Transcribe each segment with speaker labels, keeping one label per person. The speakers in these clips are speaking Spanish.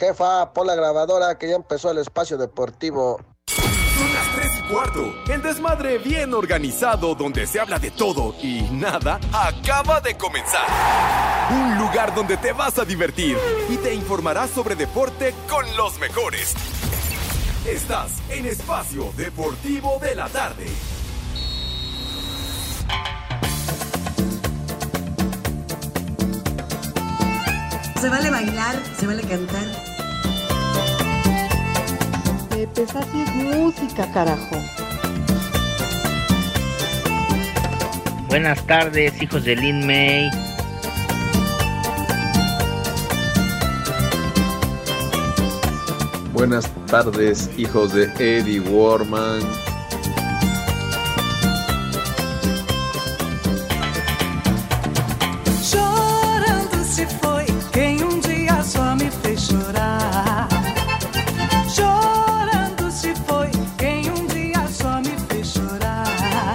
Speaker 1: Jefa, pon la grabadora que ya empezó el espacio deportivo.
Speaker 2: Son las 3 y cuarto. El desmadre bien organizado donde se habla de todo y nada acaba de comenzar. Un lugar donde te vas a divertir y te informarás sobre deporte con los mejores. Estás en Espacio Deportivo de la Tarde.
Speaker 3: Se vale bailar, se vale cantar.
Speaker 4: Pepe, así es música, carajo.
Speaker 5: Buenas tardes, hijos de Lin May.
Speaker 6: Buenas tardes, hijos de Eddie Warman.
Speaker 7: Chorando se foi quem um dia só me fez chorar. Chorando se foi quem um dia só me fez chorar.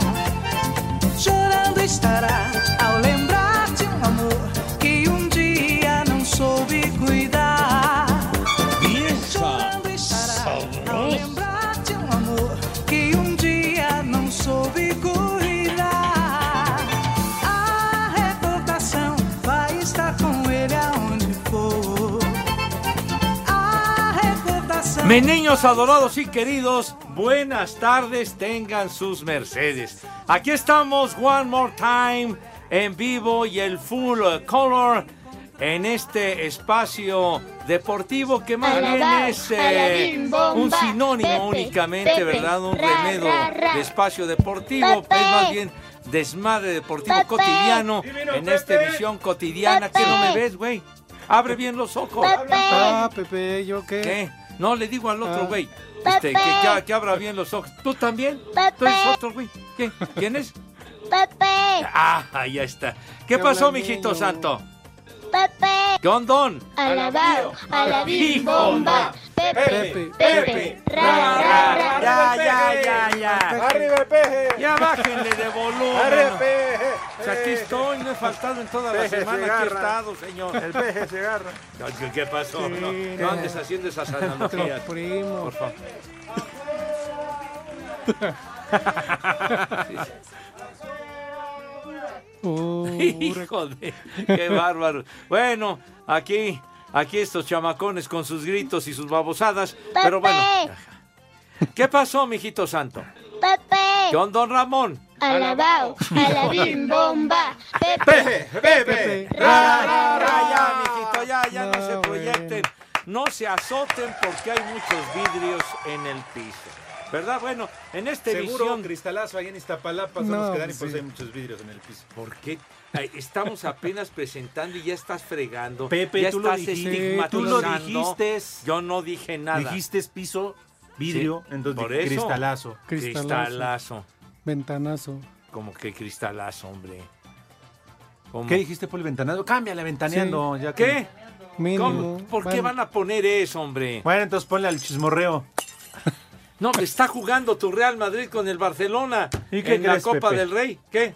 Speaker 7: Chorando estará ao lembrar de um amor que um dia não soube cuidar. Chorando estará ao lembrar de um amor que um dia não soube cuidar. A recordação vai estar com ele aonde for. A recordação.
Speaker 8: Mis niños adorados y queridos, buenas tardes, tengan sus mercedes. Aquí estamos, one more time, en vivo y el full eh, color en este espacio deportivo que más bien
Speaker 9: Alabao,
Speaker 8: es eh,
Speaker 9: alabim, bomba,
Speaker 8: un sinónimo
Speaker 9: Pepe,
Speaker 8: únicamente,
Speaker 9: Pepe,
Speaker 8: ¿verdad? Un
Speaker 9: ra,
Speaker 8: remedio
Speaker 9: ra, ra.
Speaker 8: de espacio deportivo,
Speaker 9: Pepe.
Speaker 8: es más bien desmadre deportivo
Speaker 9: Pepe.
Speaker 8: cotidiano
Speaker 9: Divino,
Speaker 8: en
Speaker 9: Pepe.
Speaker 8: esta emisión cotidiana. que no me
Speaker 9: Pepe.
Speaker 8: ves, güey? Abre bien los ojos.
Speaker 9: Pepe. Ah,
Speaker 8: Pepe, ¿yo qué? No, le digo al otro, güey. Este, que,
Speaker 9: Pepe.
Speaker 8: que- que abra bien los ojos. ¿Tú también? ¿Tú eres otro, güey? ¿Qué? ¿Quién es?
Speaker 9: Pepe,
Speaker 8: Ah, ya está. ¿Qué pasó, mijito santo?
Speaker 9: Pepe,
Speaker 8: Gondón.
Speaker 9: alabado, alabim, bomba, Pepe, Pepe, ra, ra,
Speaker 8: Ya,
Speaker 9: ra,
Speaker 8: ya, ya, ya.
Speaker 10: Arriba, peje.
Speaker 8: Ya bájenle de volumen.
Speaker 10: Arriba,
Speaker 8: O sea, aquí estoy, no he faltado en toda la
Speaker 10: Peje se
Speaker 8: semana. Aquí he
Speaker 10: agarra.
Speaker 8: estado, señor.
Speaker 10: El peje se agarra.
Speaker 8: No, ¿qué- ¿Qué pasó?
Speaker 10: Sí,
Speaker 8: no, no
Speaker 10: no.
Speaker 8: andes haciendo esas analogías.
Speaker 10: Tu
Speaker 8: primo. Por favor.
Speaker 7: Uh,
Speaker 8: Hijo de, qué bárbaro. Bueno, aquí, aquí estos chamacones con sus gritos y sus babosadas. Pero bueno, ¿qué pasó, mijito santo?
Speaker 9: Eh. Pepe,
Speaker 8: John Don Ramón.
Speaker 9: alabao, alabim, bomba,
Speaker 8: Pepe, Pepe, ra, ra, ra, ya, mijito, ya, ya no, se proyecten, no se azoten porque hay muchos vidrios en el piso. ¿Verdad? Bueno, en esta
Speaker 11: Seguro
Speaker 8: edición
Speaker 11: cristalazo ahí en Iztapalapa son
Speaker 8: No,
Speaker 11: los que dan y
Speaker 8: pues
Speaker 11: pues
Speaker 8: sí.
Speaker 11: hay muchos vidrios en el piso.
Speaker 8: ¿Por qué? Ay, Estamos apenas presentando y ya estás fregando.
Speaker 12: Pepe,
Speaker 8: ya
Speaker 12: tú lo
Speaker 8: estás
Speaker 12: dijiste. Tú
Speaker 8: estigmatizando.
Speaker 12: lo dijiste.
Speaker 8: Yo no dije nada.
Speaker 12: Dijiste piso, vidrio,
Speaker 8: Sí,
Speaker 12: entonces
Speaker 8: por eso.
Speaker 12: cristalazo.
Speaker 8: Cristalazo.
Speaker 13: Ventanazo.
Speaker 8: Como que cristalazo, hombre. ¿Cómo?
Speaker 12: ¿Qué dijiste por el ventaneando? Cámbiale, ventaneando.
Speaker 8: Sí.
Speaker 12: Ya que-
Speaker 8: ¿Qué?
Speaker 12: Mínimo.
Speaker 8: ¿Cómo? ¿Por qué
Speaker 12: Bueno.
Speaker 8: van a poner eso, hombre?
Speaker 12: Bueno, entonces ponle al chismorreo.
Speaker 8: No, está jugando tu Real Madrid con el Barcelona
Speaker 12: ¿Y qué
Speaker 8: en
Speaker 12: crees,
Speaker 8: la Copa
Speaker 12: Pepe?
Speaker 8: del Rey. ¿Qué?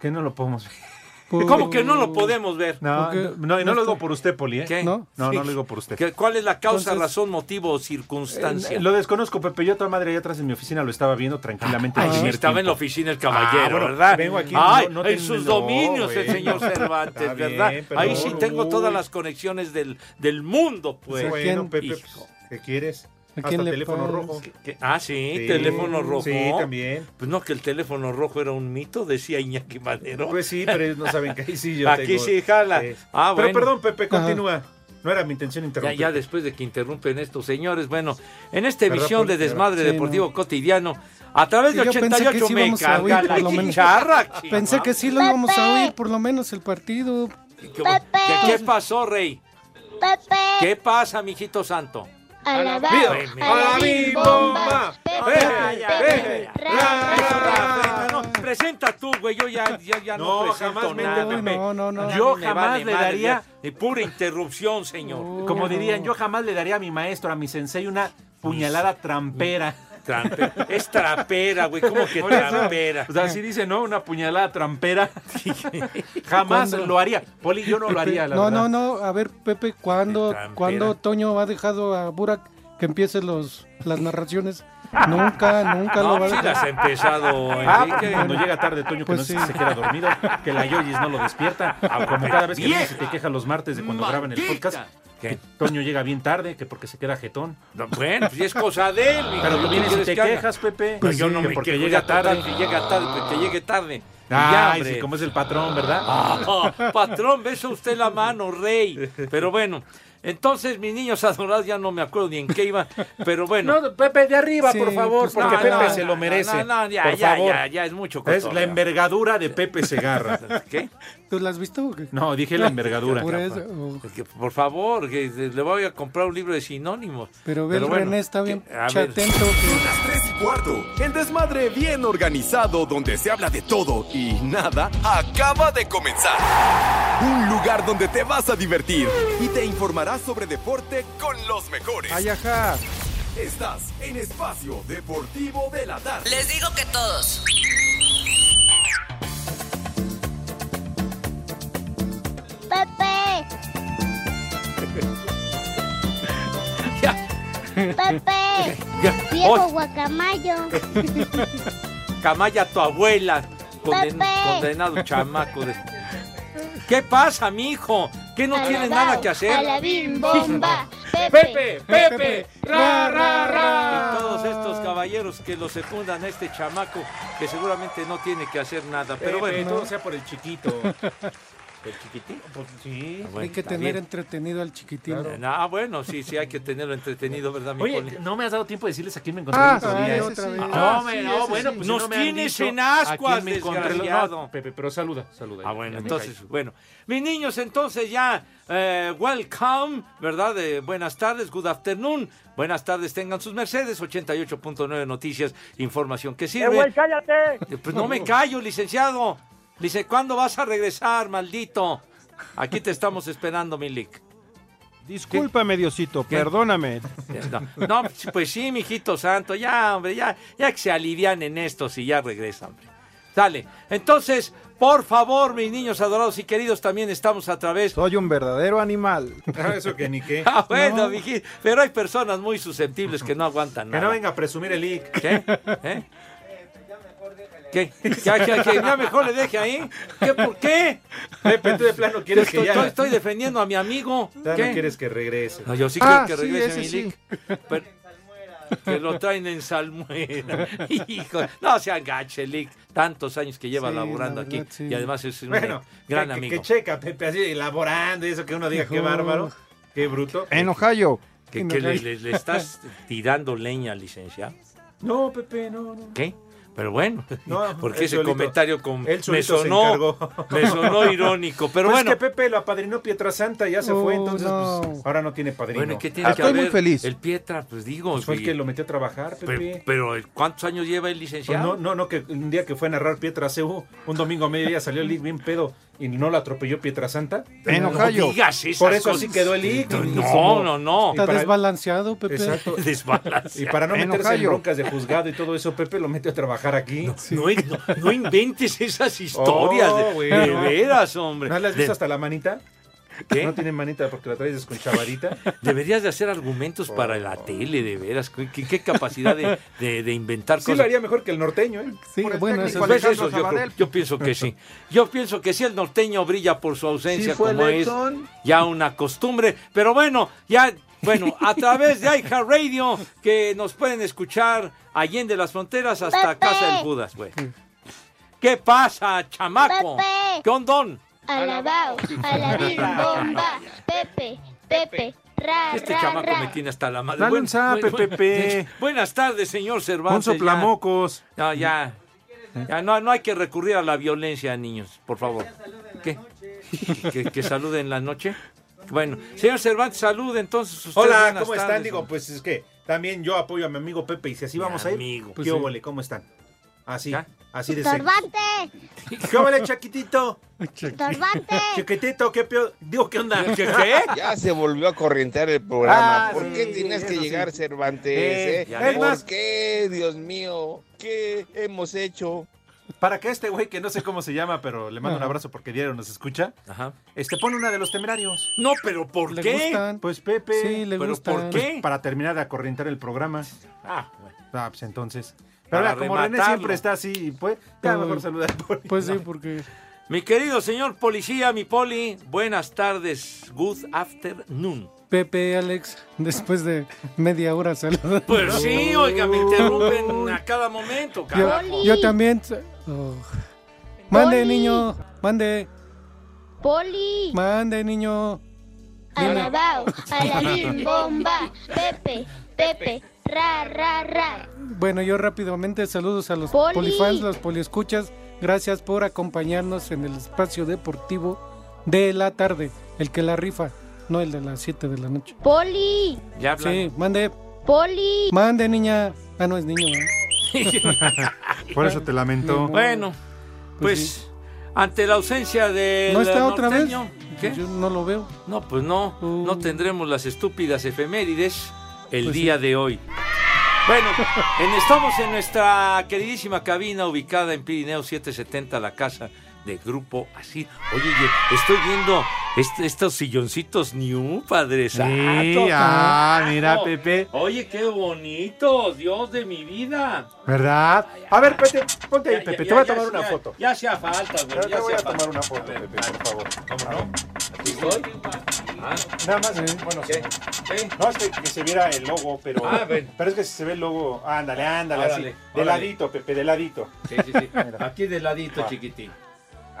Speaker 12: Que no lo podemos ver.
Speaker 8: ¿Cómo que no lo podemos ver?
Speaker 12: No, no, no, y no lo digo por usted, Poli, ¿eh?
Speaker 8: ¿Qué?
Speaker 12: No, no,
Speaker 8: Sí.
Speaker 12: lo digo por usted.
Speaker 8: ¿Qué- ¿Cuál es la causa,
Speaker 12: Entonces-
Speaker 8: razón, motivo o circunstancia?
Speaker 12: Eh, Lo desconozco, Pepe. Yo a toda madre allá atrás en mi oficina lo estaba viendo tranquilamente.
Speaker 8: Ay,
Speaker 12: el primer
Speaker 8: estaba en la
Speaker 12: tiempo.
Speaker 8: oficina el
Speaker 12: Ah,
Speaker 8: caballero,
Speaker 12: bueno,
Speaker 8: ¿verdad?
Speaker 12: vengo aquí,
Speaker 8: Ay,
Speaker 12: no- no
Speaker 8: en
Speaker 12: ten-
Speaker 8: sus
Speaker 12: no,
Speaker 8: dominios el
Speaker 12: güey.
Speaker 8: señor Cervantes,
Speaker 12: Está bien,
Speaker 8: ¿verdad?
Speaker 12: pero
Speaker 8: Ahí sí
Speaker 12: no,
Speaker 8: tengo todas
Speaker 12: uy.
Speaker 8: las conexiones del, del mundo, pues.
Speaker 11: Bueno, Pepe, pues, ¿qué quieres? Hasta teléfono rojo.
Speaker 8: ¿Qué- qué? Ah, sí,
Speaker 11: Sí,
Speaker 8: teléfono rojo.
Speaker 11: sí, también.
Speaker 8: Pues no, que el teléfono rojo era un mito, decía Iñaki Madero.
Speaker 11: Pues sí, pero ellos no saben que ahí sí yo
Speaker 8: Aquí
Speaker 11: tengo-
Speaker 8: sí jala.
Speaker 11: Sí.
Speaker 8: Ah,
Speaker 11: Pero
Speaker 8: bueno.
Speaker 11: perdón, Pepe, continúa. No era mi intención
Speaker 8: Ya,
Speaker 11: interrumpir.
Speaker 8: ya después de que interrumpen estos señores, bueno, en esta
Speaker 11: ¿Verdad,
Speaker 8: emisión
Speaker 11: Poli?
Speaker 8: de Desmadre
Speaker 13: Sí,
Speaker 8: Deportivo Cotidiano, a través de
Speaker 13: Yo pensé que
Speaker 8: 88
Speaker 13: sí
Speaker 8: me
Speaker 13: íbamos a
Speaker 8: carga
Speaker 13: oír,
Speaker 8: la
Speaker 13: por lo menos.
Speaker 8: chicharra, chihuahua.
Speaker 13: Pensé que sí lo íbamos a oír, por lo menos el partido.
Speaker 8: ¿Qué, qué pasó, Rey? ¿Qué pasa, mijito santo?
Speaker 9: Alabao,
Speaker 8: Mira, mira.
Speaker 9: alabim, bomba,
Speaker 8: Ve,
Speaker 9: Pepe,
Speaker 8: ya,
Speaker 9: Pepe,
Speaker 8: ve. Eso, la frente, no, presenta tú, güey. Yo ya, ya, ya no,
Speaker 12: No,
Speaker 8: presento
Speaker 12: jamás me-
Speaker 8: nada.
Speaker 12: Pepe.
Speaker 8: Pepe.
Speaker 12: No, no, no.
Speaker 8: A mí
Speaker 12: Yo
Speaker 8: me
Speaker 12: jamás
Speaker 8: vale
Speaker 12: le
Speaker 8: madre,
Speaker 12: daría-
Speaker 8: ya. De pura interrupción, señor.
Speaker 12: Como dirían, yo jamás le daría a mi maestro, a mi sensei, una puñalada trampera.
Speaker 8: trampe- es trapera, güey. ¿Cómo que
Speaker 12: Por eso,
Speaker 8: trapera?
Speaker 12: O sea, si dice, ¿no? Una puñalada trampera. Jamás
Speaker 13: Cuando-
Speaker 12: lo haría. Poli, yo no lo haría, la
Speaker 13: no,
Speaker 12: verdad.
Speaker 13: no, no. A ver, Pepe, ¿cuándo, ¿cuándo Toño ha dejado a Burak que empiece los, las narraciones? Nunca, nunca lo va a
Speaker 8: sí las
Speaker 13: dejar.
Speaker 8: he empezado.
Speaker 12: Ah,
Speaker 8: Enrique.
Speaker 12: porque cuando llega tarde Toño, que
Speaker 13: Pues
Speaker 12: no
Speaker 13: sí.
Speaker 12: se queda dormido, que la Yoyis no lo despierta,
Speaker 8: Ah,
Speaker 12: como cada vez que
Speaker 8: vieja.
Speaker 12: se te queja los martes de cuando graban el
Speaker 8: Maldita.
Speaker 12: podcast, que Toño llega bien tarde, que porque se queda jetón.
Speaker 8: Bueno, pues ya es cosa de él. mijo.
Speaker 12: Pero tú
Speaker 8: ¿Qué
Speaker 12: vienes y
Speaker 8: quieres
Speaker 12: te
Speaker 8: que haga?
Speaker 12: quejas, Pepe.
Speaker 8: Pues yo no me
Speaker 12: porque
Speaker 8: quejo,
Speaker 12: llega
Speaker 8: ya total,
Speaker 12: tarde.
Speaker 8: Que llega tarde, pues, que llegue tarde. Y ya,
Speaker 12: Ay,
Speaker 8: hombre.
Speaker 12: sí, como es el patrón, ¿verdad?
Speaker 8: Ah, patrón, besa usted la mano, rey. Pero bueno, entonces mis niños adorados ya no me acuerdo ni en qué iba, pero bueno.
Speaker 12: No, Pepe, de arriba,
Speaker 8: Sí,
Speaker 12: por favor,
Speaker 8: pues,
Speaker 12: porque
Speaker 8: no,
Speaker 12: Pepe
Speaker 8: no,
Speaker 12: se
Speaker 8: no,
Speaker 12: lo merece.
Speaker 8: no, no, ya,
Speaker 12: por
Speaker 8: ya,
Speaker 12: favor.
Speaker 8: ya, ya, es mucho
Speaker 12: Es
Speaker 8: cotorreo,
Speaker 12: la
Speaker 8: ya.
Speaker 12: envergadura de Pepe Segarra.
Speaker 8: ¿Qué?
Speaker 13: ¿Tú las has visto? o qué?
Speaker 12: No, dije la envergadura.
Speaker 13: Por eso, oh.
Speaker 8: Porque, por favor, que le voy a comprar un libro de sinónimos.
Speaker 13: Pero ve, el
Speaker 8: bueno,
Speaker 13: René está bien
Speaker 8: que- a ver.
Speaker 13: chatento. que-
Speaker 2: Cuarto, el desmadre bien organizado donde se habla de todo y nada acaba de comenzar. Un lugar donde te vas a divertir y te informarás sobre deporte con los mejores. Estás en Espacio Deportivo de la Tarde.
Speaker 14: Les digo que todos.
Speaker 9: Pepe,
Speaker 8: Ya,
Speaker 9: Pepe, viejo
Speaker 8: hoy,
Speaker 9: guacamayo.
Speaker 8: Camaya, tu abuela. conden-
Speaker 9: Pepe.
Speaker 8: condenado chamaco. de- ¿Qué pasa, mijo? ¿Qué no tienes nada que hacer?
Speaker 9: A la bim bomba.
Speaker 8: Pepe,
Speaker 9: Pepe,
Speaker 8: ra, ra, ra. Y todos estos caballeros que lo secundan a este chamaco que seguramente no tiene que hacer nada. Pero
Speaker 12: Pepe,
Speaker 8: bueno,
Speaker 12: todo sea por el chiquito. ¿El chiquitito? Pues sí.
Speaker 8: Ah, Bueno,
Speaker 13: Hay que
Speaker 8: está
Speaker 13: tener
Speaker 8: bien.
Speaker 13: entretenido al chiquitín.
Speaker 8: Ah, bueno, sí, sí, hay que tenerlo entretenido, ¿verdad, mi
Speaker 12: Oye,
Speaker 8: Poli?
Speaker 12: no me has dado tiempo de decirles a quién me encontré el otro
Speaker 8: ah,
Speaker 12: día, ¿eh?
Speaker 8: otra vez.
Speaker 12: No,
Speaker 8: Ah,
Speaker 12: me-
Speaker 8: sí,
Speaker 12: no,
Speaker 8: ese
Speaker 12: bueno,
Speaker 8: sí.
Speaker 12: pues
Speaker 8: Nos
Speaker 12: si no me han
Speaker 8: tienes
Speaker 12: dicho
Speaker 8: en
Speaker 12: a quién
Speaker 8: ascuas,
Speaker 12: me encontré el-
Speaker 8: desgraciado.
Speaker 12: No, Pepe, pero saluda, saluda.
Speaker 8: Ah, bueno,
Speaker 12: Ya me
Speaker 8: entonces,
Speaker 12: callo.
Speaker 8: bueno. Mis niños, entonces ya, eh, welcome, ¿verdad? Eh, buenas tardes, good afternoon. Buenas tardes, tengan sus mercedes. 88.9 Noticias, información que
Speaker 15: Eh, güey,
Speaker 8: sirve.
Speaker 15: cállate.
Speaker 8: Eh, Pues no me callo, licenciado. Dice, ¿cuándo vas a regresar, maldito? Aquí te estamos esperando, Milik.
Speaker 16: Discúlpame, Diosito, perdóname.
Speaker 8: No, no, pues sí, mijito santo, ya, hombre, ya, ya que se alivian en esto si ya regresa, hombre. Dale. Entonces, por favor, mis niños adorados y queridos, también estamos a través.
Speaker 16: Soy un verdadero animal.
Speaker 12: Eso que ni qué.
Speaker 8: Ah, bueno,
Speaker 12: No.
Speaker 8: mijí, pero hay personas muy susceptibles que no aguantan
Speaker 12: Que
Speaker 8: nada.
Speaker 12: no venga a presumir el IC.
Speaker 8: ¿Qué? ¿Eh? ¿Qué? ¿Ya, ya, que ya mejor le deje ahí? ¿Qué? ¿Por qué?
Speaker 12: Pepe, tú de plano quieres
Speaker 8: estoy,
Speaker 12: que ya-
Speaker 8: Estoy, estoy defendiendo a mi amigo.
Speaker 12: Ya
Speaker 8: ¿Qué?
Speaker 12: no quieres que regrese.
Speaker 8: No, yo sí
Speaker 12: Ah,
Speaker 8: quiero que
Speaker 12: sí,
Speaker 8: regrese
Speaker 12: ese
Speaker 8: Milik. Pero- que lo traen en salmuera. Hijo, no se agache, Lick. Tantos años que lleva
Speaker 12: Sí,
Speaker 8: laborando
Speaker 12: la
Speaker 8: aquí.
Speaker 12: verdad, sí.
Speaker 8: Y además es un
Speaker 12: Bueno,
Speaker 8: eh, gran
Speaker 12: que- que-
Speaker 8: amigo.
Speaker 12: Que checa, Pepe, así elaborando y eso que uno diga, qué
Speaker 8: Ujú.
Speaker 12: bárbaro, qué bruto.
Speaker 16: En Ohio.
Speaker 8: que que le, le- le estás tirando leña, licenciado.
Speaker 12: No, Pepe, no, no.
Speaker 8: ¿Qué? Pero bueno,
Speaker 12: No, pues,
Speaker 8: porque
Speaker 12: él
Speaker 8: ese
Speaker 12: solito-
Speaker 8: comentario con,
Speaker 12: él
Speaker 8: me,
Speaker 12: solito se
Speaker 8: sonó,
Speaker 12: encargó.
Speaker 8: me sonó irónico. Pero
Speaker 12: Pues
Speaker 8: bueno,
Speaker 12: es que Pepe lo apadrinó Pietrasanta, ya se fue,
Speaker 8: Oh,
Speaker 12: entonces
Speaker 8: no.
Speaker 12: pues, ahora no tiene padrino.
Speaker 8: bueno, ¿y ¿qué tiene que
Speaker 12: Estoy
Speaker 8: ver
Speaker 12: muy feliz.
Speaker 8: El Pietra, pues digo.
Speaker 12: Pues fue el
Speaker 8: sí.
Speaker 12: que lo metió a trabajar,
Speaker 8: pero,
Speaker 12: Pepe.
Speaker 8: pero, ¿cuántos años lleva el
Speaker 12: Pues
Speaker 8: licenciado?
Speaker 12: no, no, no, que un día que fue a narrar Pietra CU, un domingo a mediodía salió el IC bien pedo y no lo atropelló Pietrasanta.
Speaker 8: En
Speaker 12: No
Speaker 8: Ohio.
Speaker 12: digas esas Por eso así
Speaker 8: cosas.
Speaker 12: quedó el IC.
Speaker 8: No,
Speaker 12: y
Speaker 8: no,
Speaker 12: como-
Speaker 8: no, no.
Speaker 12: y
Speaker 13: Está
Speaker 12: para-
Speaker 13: desbalanceado, Pepe.
Speaker 12: Exacto.
Speaker 8: Desbalance.
Speaker 12: Y para no
Speaker 8: En
Speaker 12: meterse en
Speaker 8: Ohio.
Speaker 12: broncas de juzgado y todo eso, Pepe lo metió a trabajar aquí. No,
Speaker 8: no inventes esas historias, de- de veras, hombre.
Speaker 12: Oh, ¿No le has
Speaker 8: De-
Speaker 12: visto hasta la manita? ¿Qué? No tiene manita porque la traes desconchavadita.
Speaker 8: Deberías de hacer argumentos para
Speaker 6: Oh.
Speaker 8: la tele, de veras. ¿Qué, qué- qué capacidad de, de- de inventar
Speaker 12: Sí
Speaker 8: cosas?
Speaker 12: lo haría mejor que el norteño, ¿eh?
Speaker 13: Sí, bueno,
Speaker 8: ¿Ves
Speaker 13: eso
Speaker 8: eso? yo, creo- yo pienso que sí. Yo pienso que sí, el norteño brilla por su ausencia,
Speaker 6: Sí fue
Speaker 8: como es
Speaker 6: Letson.
Speaker 8: ya una costumbre. Pero bueno, ya, bueno, a través de iHeartRadio Radio, que nos pueden escuchar allende las fronteras hasta
Speaker 9: Pepe.
Speaker 8: Casa del Judas, güey. ¿Qué pasa, chamaco?
Speaker 9: Pepe.
Speaker 8: ¿Qué ondón?
Speaker 9: Alabao, a la bim bomba. Pepe, Pepe, ra,
Speaker 8: Este
Speaker 9: ra,
Speaker 8: chamaco
Speaker 9: ra.
Speaker 8: me tiene hasta la madre.
Speaker 12: Dale un
Speaker 8: Buen-
Speaker 12: zape,
Speaker 8: buen-
Speaker 12: Pepe.
Speaker 8: Buenas tardes, señor
Speaker 12: Un
Speaker 8: Cervantes. ya.
Speaker 12: soplamocos.
Speaker 8: No, ya.
Speaker 12: Mm.
Speaker 8: Ya no, no hay que recurrir a la violencia, niños, por favor. ¿Qué? ¿Que, que saluden en la noche? Bueno, señor Cervantes, salude entonces. usted,
Speaker 12: Hola,
Speaker 8: buenas
Speaker 12: ¿cómo están?
Speaker 8: tardes.
Speaker 12: Digo, pues es que también yo apoyo a mi amigo Pepe y si así vamos a ir.
Speaker 8: amigo.
Speaker 12: ¿Qué
Speaker 8: Pues sí.
Speaker 12: óvole? ¿Cómo están?
Speaker 7: Así, así de
Speaker 9: Pues,
Speaker 7: seco.
Speaker 9: Torbante,
Speaker 7: ¿Qué vale, Chaquitito?
Speaker 9: torbante.
Speaker 7: Chaquitito, ¿qué peor? Digo, ¿qué onda? ¿Qué?
Speaker 16: Ya se volvió a corrientear el programa.
Speaker 7: Ah,
Speaker 16: ¿Por
Speaker 7: sí,
Speaker 16: qué tienes que
Speaker 7: eso
Speaker 16: llegar,
Speaker 7: sí.
Speaker 16: Cervantes?
Speaker 7: Eh,
Speaker 16: eh?
Speaker 7: ya
Speaker 16: ¿Por
Speaker 7: ves. más-
Speaker 16: qué, Dios mío? ¿Qué hemos hecho?
Speaker 7: Para que este güey, que no sé cómo se llama, pero le mando
Speaker 12: Ah.
Speaker 7: un abrazo porque diario nos escucha, este pone una de los temerarios.
Speaker 8: No, pero ¿por
Speaker 7: ¿Le
Speaker 8: qué?
Speaker 7: gustan? Pues Pepe.
Speaker 8: Sí, le
Speaker 7: ¿Pero
Speaker 8: gustan.
Speaker 7: por qué? Para terminar de acorrientar el programa.
Speaker 8: Ah,
Speaker 7: Ah, pues entonces. Pero
Speaker 8: Para
Speaker 7: mira, como René
Speaker 8: rematarlo.
Speaker 7: siempre está así, pues, ya mejor saludar.
Speaker 13: Pues sí, porque.
Speaker 8: Mi querido señor policía, mi poli, buenas tardes. Good afternoon.
Speaker 13: Pepe, Alex, después de media hora saludos.
Speaker 8: Pues sí, oiga, me interrumpen a cada momento, carajo.
Speaker 13: Yo, yo también. Oh. Mande, niño. Mande.
Speaker 9: Poli,
Speaker 13: Mande, niño.
Speaker 9: alabao, alabim, bomba, pepe, pepe, ra, ra, ra.
Speaker 13: Bueno, yo rápidamente saludos a los
Speaker 9: Poli.
Speaker 13: polifans, los poliescuchas. Gracias por acompañarnos en el espacio deportivo de la tarde. El que la rifa, no el de las 7 de la noche.
Speaker 9: Poli,
Speaker 8: Ya hablan.
Speaker 13: Sí, mande.
Speaker 9: poli.
Speaker 13: Mande, niña. Ah, no, es niño. ¿verdad?
Speaker 12: Por eso te lamento.
Speaker 8: Bueno, pues, ante la ausencia de.
Speaker 13: ¿No está otra vez?
Speaker 8: ¿Qué?
Speaker 13: Yo no lo veo.
Speaker 8: No, pues no,
Speaker 12: Mm.
Speaker 8: no tendremos las estúpidas efemérides el
Speaker 12: Pues
Speaker 8: día de hoy. Bueno, en- estamos en nuestra queridísima cabina ubicada en Pirineo 770, la casa de Grupo Así. Oye, ye- estoy viendo est- estos silloncitos new, padre santo.
Speaker 12: Sí, ah, mira,
Speaker 8: Pepe. Oye, qué bonitos, Dios de mi vida.
Speaker 12: ¿Verdad? A ver, Pepe, ponte ahí,
Speaker 8: Ya, ya,
Speaker 12: Pepe. Te voy a
Speaker 8: ya,
Speaker 12: tomar
Speaker 8: ya,
Speaker 12: una foto.
Speaker 8: Ya sea falta, güey.
Speaker 12: Te
Speaker 8: ya
Speaker 12: voy a
Speaker 8: hacía falta.
Speaker 12: tomar una foto, Pepe, por favor.
Speaker 8: ¿Cómo no? ¿Estoy? Ah,
Speaker 12: Nada más, bueno, sí. No, es que, que se viera el logo, pero.
Speaker 8: Ah, bueno.
Speaker 12: Pero es que si se ve el logo. Ándale, ándale, así.
Speaker 8: Órale,
Speaker 12: De
Speaker 8: órale.
Speaker 12: ladito, Pepe, de ladito.
Speaker 8: Sí, sí, sí. Aquí de ladito,
Speaker 12: Ah.
Speaker 8: chiquitín.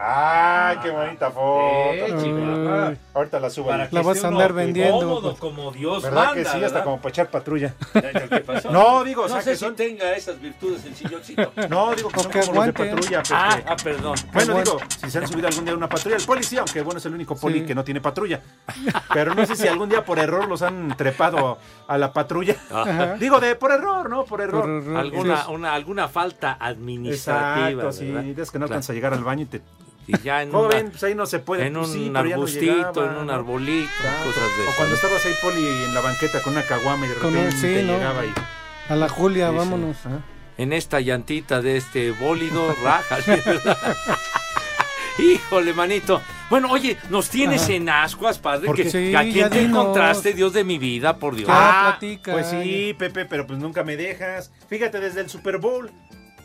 Speaker 12: ¡Ay, qué bonita foto!
Speaker 8: Eh, chihuahua.
Speaker 12: Ahorita la subo.
Speaker 8: Para
Speaker 12: ahí.
Speaker 8: que esté uno Cómodo como Dios
Speaker 12: ¿Verdad
Speaker 8: manda,
Speaker 12: que sí?
Speaker 8: ¿verdad?
Speaker 12: Hasta como para echar patrulla.
Speaker 8: ¿Qué pasó?
Speaker 12: No, digo, o
Speaker 8: no
Speaker 12: sea,
Speaker 8: sé
Speaker 12: que
Speaker 8: si
Speaker 12: son-
Speaker 8: tenga esas virtudes el silloncito.
Speaker 12: No, digo, que son como los de patrulla, Pepe.
Speaker 8: Ah, ah, perdón.
Speaker 12: Bueno, digo, si se han subido algún día a una patrulla, el policía, aunque bueno, es el único poli
Speaker 8: Sí.
Speaker 12: que no tiene patrulla. Pero no sé si algún día por error los han trepado a la patrulla.
Speaker 8: Ajá.
Speaker 12: Digo, de por error, ¿no? Por error.
Speaker 8: alguna,
Speaker 12: Sí.
Speaker 8: una, alguna falta administrativa.
Speaker 12: Exacto, sí,
Speaker 8: ¿verdad?
Speaker 12: es que no
Speaker 8: Claro.
Speaker 12: alcanza a llegar al baño y te...
Speaker 8: Y ya en,
Speaker 12: ¿Cómo
Speaker 8: una-
Speaker 12: ven? Pues ahí no se puede.
Speaker 8: en un
Speaker 12: Pues sí, pero ya no
Speaker 8: arbustito,
Speaker 12: llegaba,
Speaker 8: en un
Speaker 12: ¿no?
Speaker 8: arbolito, cosas de
Speaker 12: O
Speaker 8: esas.
Speaker 12: cuando estabas ahí, poli, en la banqueta con una caguama y de
Speaker 13: Con un-
Speaker 12: repente
Speaker 13: sí, ¿no?
Speaker 12: llegaba y...
Speaker 13: A la Julia,
Speaker 8: Sí, sí.
Speaker 13: vámonos.
Speaker 8: en esta llantita de este bólido, rajas. ¿verdad? Híjole, manito. Bueno, oye, nos tienes
Speaker 13: Ajá.
Speaker 8: en ascuas, padre.
Speaker 13: Porque
Speaker 8: Que,
Speaker 13: sí,
Speaker 8: ¿A quién
Speaker 13: ya
Speaker 8: te
Speaker 13: dinos.
Speaker 8: encontraste, Dios de mi vida, por Dios?
Speaker 12: Ah,
Speaker 13: platica.
Speaker 12: Pues sí, Pepe, pero pues nunca me dejas. Fíjate, desde el Super Bowl.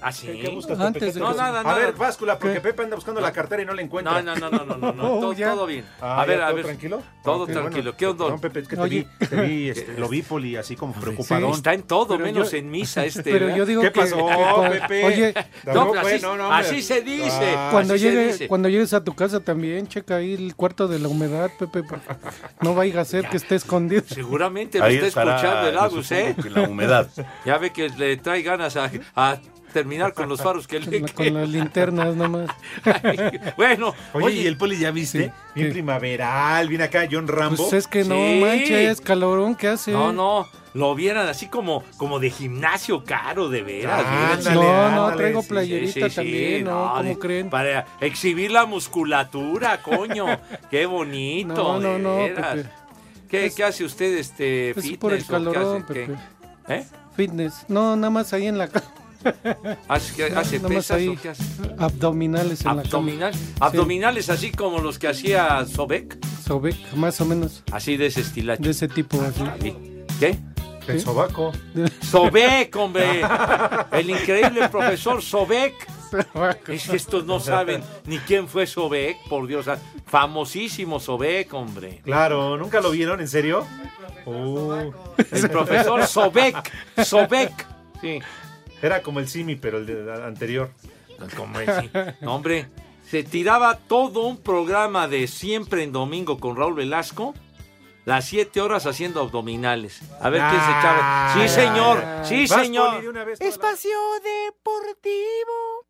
Speaker 8: Así.
Speaker 12: ¿Qué buscas,
Speaker 8: Antes
Speaker 12: Pepe? ¿Qué
Speaker 8: de-
Speaker 12: te
Speaker 8: No,
Speaker 12: buscas?
Speaker 8: nada,
Speaker 12: A
Speaker 8: nada.
Speaker 12: ver, báscula, porque Pepe anda buscando la cartera y no la encuentra.
Speaker 8: No, no, no, no, no, no, no,
Speaker 12: Oh,
Speaker 8: todo,
Speaker 12: ya.
Speaker 8: todo bien.
Speaker 12: Ah,
Speaker 8: a ver,
Speaker 12: ¿ya
Speaker 8: a
Speaker 12: todo
Speaker 8: ver.
Speaker 12: tranquilo?
Speaker 8: Todo
Speaker 12: Ok,
Speaker 8: tranquilo.
Speaker 12: bueno.
Speaker 8: ¿Qué onda?
Speaker 12: Perdón, Pepe, es que te vi, te vi, este, lo vi, Poli, así como preocupadón.
Speaker 8: Está en todo,
Speaker 12: Pero
Speaker 8: menos
Speaker 12: yo-
Speaker 8: en misa este.
Speaker 13: pero
Speaker 8: ¿verdad?
Speaker 13: yo digo
Speaker 12: ¿Qué
Speaker 13: que-
Speaker 12: pasó,
Speaker 13: que cua-
Speaker 12: Pepe?
Speaker 13: oye,
Speaker 8: No,
Speaker 12: No,
Speaker 8: pero
Speaker 12: pues,
Speaker 8: así,
Speaker 12: no, no, hombre.
Speaker 8: así se dice.
Speaker 12: Ah,
Speaker 13: Cuando,
Speaker 8: así se
Speaker 13: llegue-
Speaker 8: dice.
Speaker 13: cuando llegues a tu casa también, checa ahí el cuarto de la humedad, Pepe. porque No vaya a ser que esté escondido.
Speaker 8: Seguramente lo está escuchando el Agus, ¿eh? Ya ve que le trae ganas a, a terminar con los faros que le.
Speaker 13: Con las linternas nomás.
Speaker 8: Bueno,
Speaker 12: Oye, ¿y el Poli ya viste? bien primaveral, bien acá, John Rambo.
Speaker 13: Pues es que no
Speaker 8: Sí.
Speaker 13: manches, calorón que hace.
Speaker 8: No, no, lo vieran así como, como de gimnasio caro, de veras.
Speaker 13: Ah,
Speaker 8: miren.
Speaker 13: ándale, No, no, ándale, traigo playerita también, ¿no? ¿Cómo
Speaker 8: de- Para exhibir la musculatura, coño. Qué bonito.
Speaker 13: No, no,
Speaker 8: de
Speaker 13: no,
Speaker 8: veras.
Speaker 13: Pepe.
Speaker 8: ¿Qué, qué hace usted, este,
Speaker 13: es
Speaker 8: fitness?
Speaker 13: por el
Speaker 8: o qué hace?
Speaker 13: calorón,
Speaker 8: ¿Qué?
Speaker 13: Pepe.
Speaker 8: ¿Eh?
Speaker 13: Fitness. No, nada más ahí en la cama.
Speaker 8: ¿Hace, qué- hace
Speaker 13: Nada más
Speaker 8: pesas
Speaker 13: ahí.
Speaker 8: o qué hace?
Speaker 13: Abdominales en la
Speaker 8: Abdominal,
Speaker 13: cama.
Speaker 8: abdominales así como los que hacía Sobek,
Speaker 13: Sí, Sobek, más o menos.
Speaker 8: así de ese estilacho.
Speaker 13: De ese tipo. así.
Speaker 8: Ahí. ¿Qué?
Speaker 12: El sobaco.
Speaker 8: Sobek, hombre. El increíble profesor Sobek. Es que estos no saben ni quién fue Sobek, por Dios. ah, Famosísimo Sobek, hombre.
Speaker 12: Claro, ¿nunca lo vieron? ¿En serio? Oh.
Speaker 8: Uh, El profesor Sobek. Sobek. Sí.
Speaker 12: Era como el Simi, pero el de- anterior.
Speaker 8: Como
Speaker 12: Pues
Speaker 8: el Simi. No, hombre, se tiraba todo un programa de siempre en domingo con Raúl Velasco. Las siete horas haciendo abdominales. A ver quién se echaba. Sí, señor. Sí, señor.
Speaker 2: Espacio Deportivo.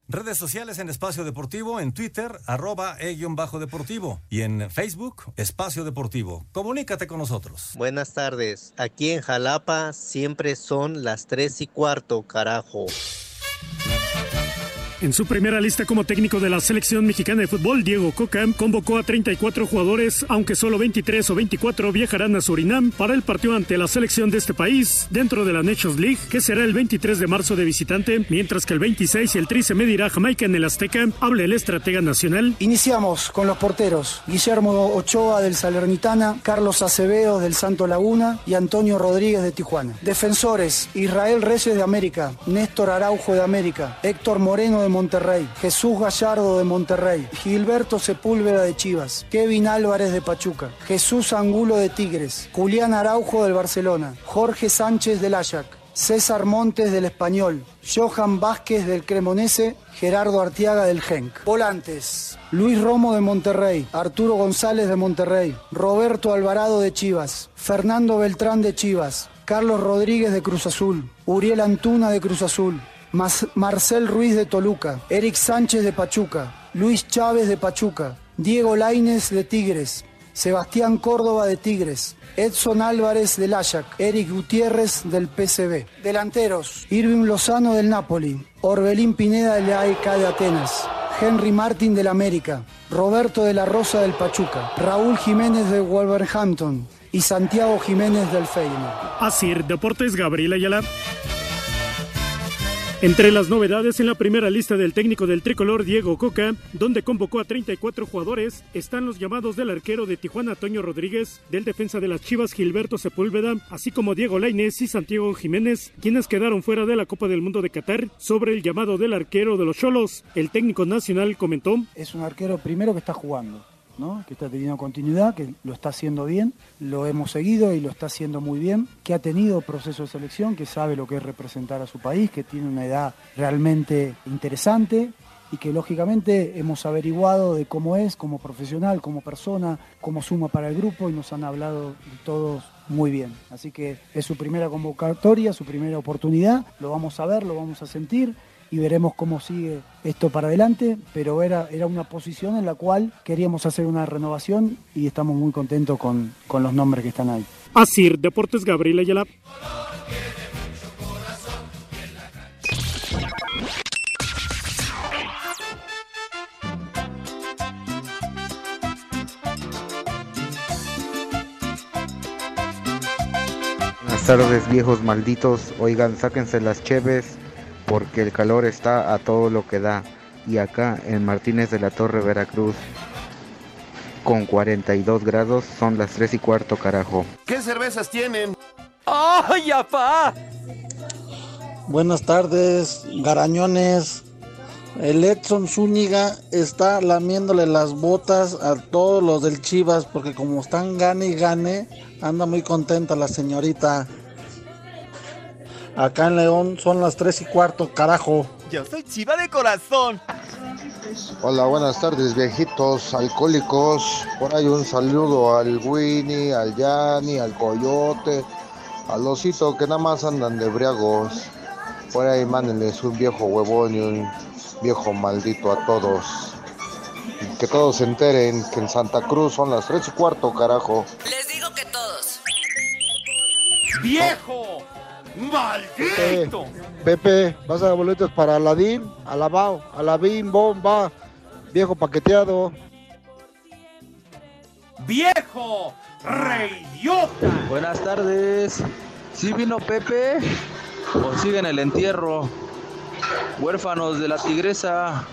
Speaker 2: Redes sociales en Espacio Deportivo, en Twitter, arroba e-deportivo y en Facebook, Espacio Deportivo. Comunícate con nosotros.
Speaker 17: Buenas tardes. Aquí en Jalapa siempre son las 3 y cuarto, carajo.
Speaker 18: En su primera lista como técnico de la selección mexicana de fútbol, Diego Coca convocó a 34 jugadores, aunque solo 23 o 24 viajarán a Surinam para el partido ante la selección de este país dentro de la Nations League, que será el 23 de marzo de visitante, mientras que el 26 y el 13 medirá a Jamaica en el Azteca, habla el estratega nacional.
Speaker 19: Iniciamos con los porteros. Guillermo Ochoa del Salernitana, Carlos Acevedo del Santo Laguna y Antonio Rodríguez de Tijuana. Defensores, Israel Reyes de América, Néstor Araujo de América, Héctor Moreno de Monterrey, Jesús Gallardo de Monterrey, Gilberto Sepúlveda de Chivas, Kevin Álvarez de Pachuca, Jesús Angulo de Tigres, Julián Araujo del Barcelona, Jorge Sánchez del Ajax, César Montes del Español, Johan Vázquez del Cremonese, Gerardo Artiaga del Genk. Volantes. Luis Romo de Monterrey, Arturo González de Monterrey, Roberto Alvarado de Chivas, Fernando Beltrán de Chivas, Carlos Rodríguez de Cruz Azul, Uriel Antuna de Cruz Azul, Mas- Marcel Ruiz de Toluca, Eric Sánchez de Pachuca, Luis Chávez de Pachuca, Diego Laines de Tigres, Sebastián Córdoba de Tigres, Edson Álvarez del Ajax, Eric Gutiérrez del PCB. Delanteros, Irving Lozano del Napoli, Orbelín Pineda del AEK de Atenas, Henry Martin del América, Roberto de la Rosa del Pachuca, Raúl Jiménez de Wolverhampton y Santiago Jiménez del Feyenoord.
Speaker 18: Así, Deportes Gabriela Ayala. Entre las novedades en la primera lista del técnico del tricolor Diego Coca, donde convocó a 34 jugadores, están los llamados del arquero de Tijuana Toño Rodríguez, del defensa de las Chivas Gilberto Sepúlveda, así como Diego Lainez y Santiago Jiménez, quienes quedaron fuera de la Copa del Mundo de Qatar. Sobre el llamado del arquero de los Cholos, el técnico nacional comentó:
Speaker 19: Es un arquero primero que está jugando, ¿no? que está teniendo continuidad, que lo está haciendo bien, lo hemos seguido y lo está haciendo muy bien, que ha tenido proceso de selección, que sabe lo que es representar a su país, que tiene una edad realmente interesante y que lógicamente hemos averiguado de cómo es como profesional, como persona, cómo suma para el grupo y nos han hablado de todos muy bien. Así que es su primera convocatoria, su primera oportunidad, lo vamos a ver, lo vamos a sentir y veremos cómo sigue esto para adelante, pero era, era una posición en la cual queríamos hacer una renovación y estamos muy contentos con, con los nombres que están ahí.
Speaker 18: Así, Deportes Gabriela Ayala.
Speaker 12: Pues
Speaker 20: Buenas tardes, viejos malditos. Oigan, sáquense las cheves porque el calor está a todo lo que da. Y acá en Martínez de la Torre, Veracruz, con 42 grados, son las 3 y cuarto, carajo.
Speaker 21: ¿Qué cervezas tienen? ¡Ay, apá!
Speaker 22: Buenas tardes, garañones. El Edson Zúñiga está lamiéndole las botas a todos los del Chivas porque como están gane y gane, anda muy contenta la señorita. Acá en León son las 3 y cuarto, carajo.
Speaker 21: Yo soy chiva de corazón.
Speaker 23: Hola, buenas tardes, viejitos alcohólicos. Por ahí un saludo al Winnie, al Yanni, al Coyote, al Osito, que nada más andan de briagos. Por ahí mándenles un viejo huevón y un viejo maldito a todos. Y que todos se enteren que en Santa Cruz son las tres y cuarto, carajo.
Speaker 7: Les digo que todos.
Speaker 21: ¡Viejo! ¡Maldito!
Speaker 23: Pepe, vas a dar boletos para Aladín, Alabao, Alabín, Bomba, viejo paqueteado.
Speaker 8: ¡Viejo! ¡Reyota!
Speaker 24: Buenas tardes. ¿Sí vino Pepe? ¿O siguen el entierro? Huérfanos de la tigresa.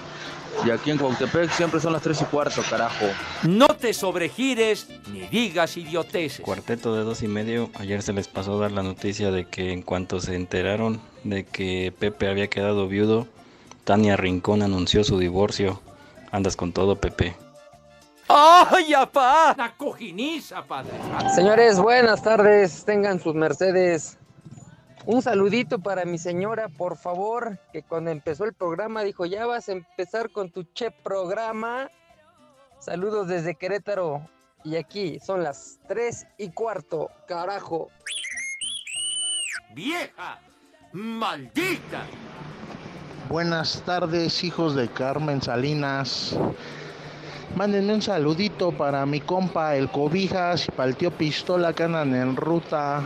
Speaker 24: Y aquí en Cuautepec siempre son las 3 y cuarto, carajo.
Speaker 8: No te sobregires ni digas idioteces.
Speaker 25: Cuarteto de dos y medio, ayer se les pasó dar la noticia de que en cuanto se enteraron de que Pepe había quedado viudo, Tania Rincón anunció su divorcio. Andas con todo, Pepe.
Speaker 8: ¡Ay, apá! La cojiniza, padre.
Speaker 26: Señores, buenas tardes, tengan sus mercedes. Un saludito para mi señora, por favor, que cuando empezó el programa dijo, ya vas a empezar con tu che programa. Saludos desde Querétaro. Y aquí son las 3 y cuarto, carajo.
Speaker 8: ¡Vieja! ¡Maldita!
Speaker 27: Buenas tardes, hijos de Carmen Salinas. Mándenme un saludito para mi compa el Cobijas y para el tío Pistola que andan en ruta.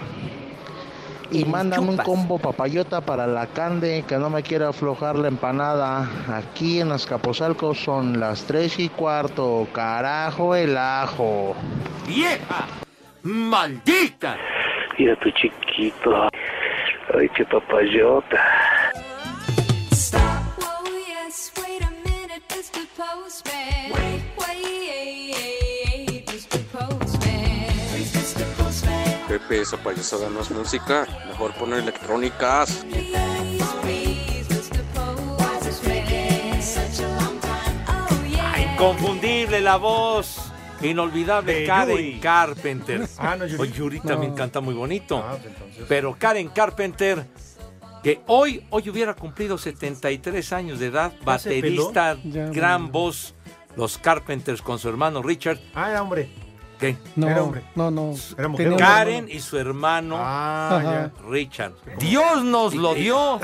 Speaker 27: Y mandan un combo papayota para la Cande, que no me quiere aflojar la empanada. Aquí en Azcapotzalco son las tres y cuarto. Carajo el ajo.
Speaker 8: ¡Vieja! ¡Maldita!
Speaker 1: Mira tu chiquito. Ay, qué papayota.
Speaker 2: Pepe, esa payasada no es música. Mejor poner electrónicas.
Speaker 8: Inconfundible la voz. Inolvidable
Speaker 12: De
Speaker 8: Karen
Speaker 12: Yuri.
Speaker 8: Carpenter.
Speaker 12: Ah, no, Yuri.
Speaker 8: Oye, Yuri
Speaker 12: No.
Speaker 8: también canta muy bonito.
Speaker 12: Ah, pues entonces.
Speaker 8: Pero Karen Carpenter, que hoy, hoy hubiera cumplido 73 años de edad,
Speaker 12: ¿Ya se
Speaker 8: baterista,
Speaker 12: peló? Ya,
Speaker 8: gran voz, los Carpenters con su hermano Richard.
Speaker 12: Ah, era hombre.
Speaker 8: ¿Qué?
Speaker 13: No,
Speaker 8: Era
Speaker 13: no, no.
Speaker 12: Era mujer.
Speaker 13: Tenía un
Speaker 8: Karen
Speaker 13: hermano.
Speaker 8: y su hermano
Speaker 13: Ah,
Speaker 8: Richard. Dios nos lo dio.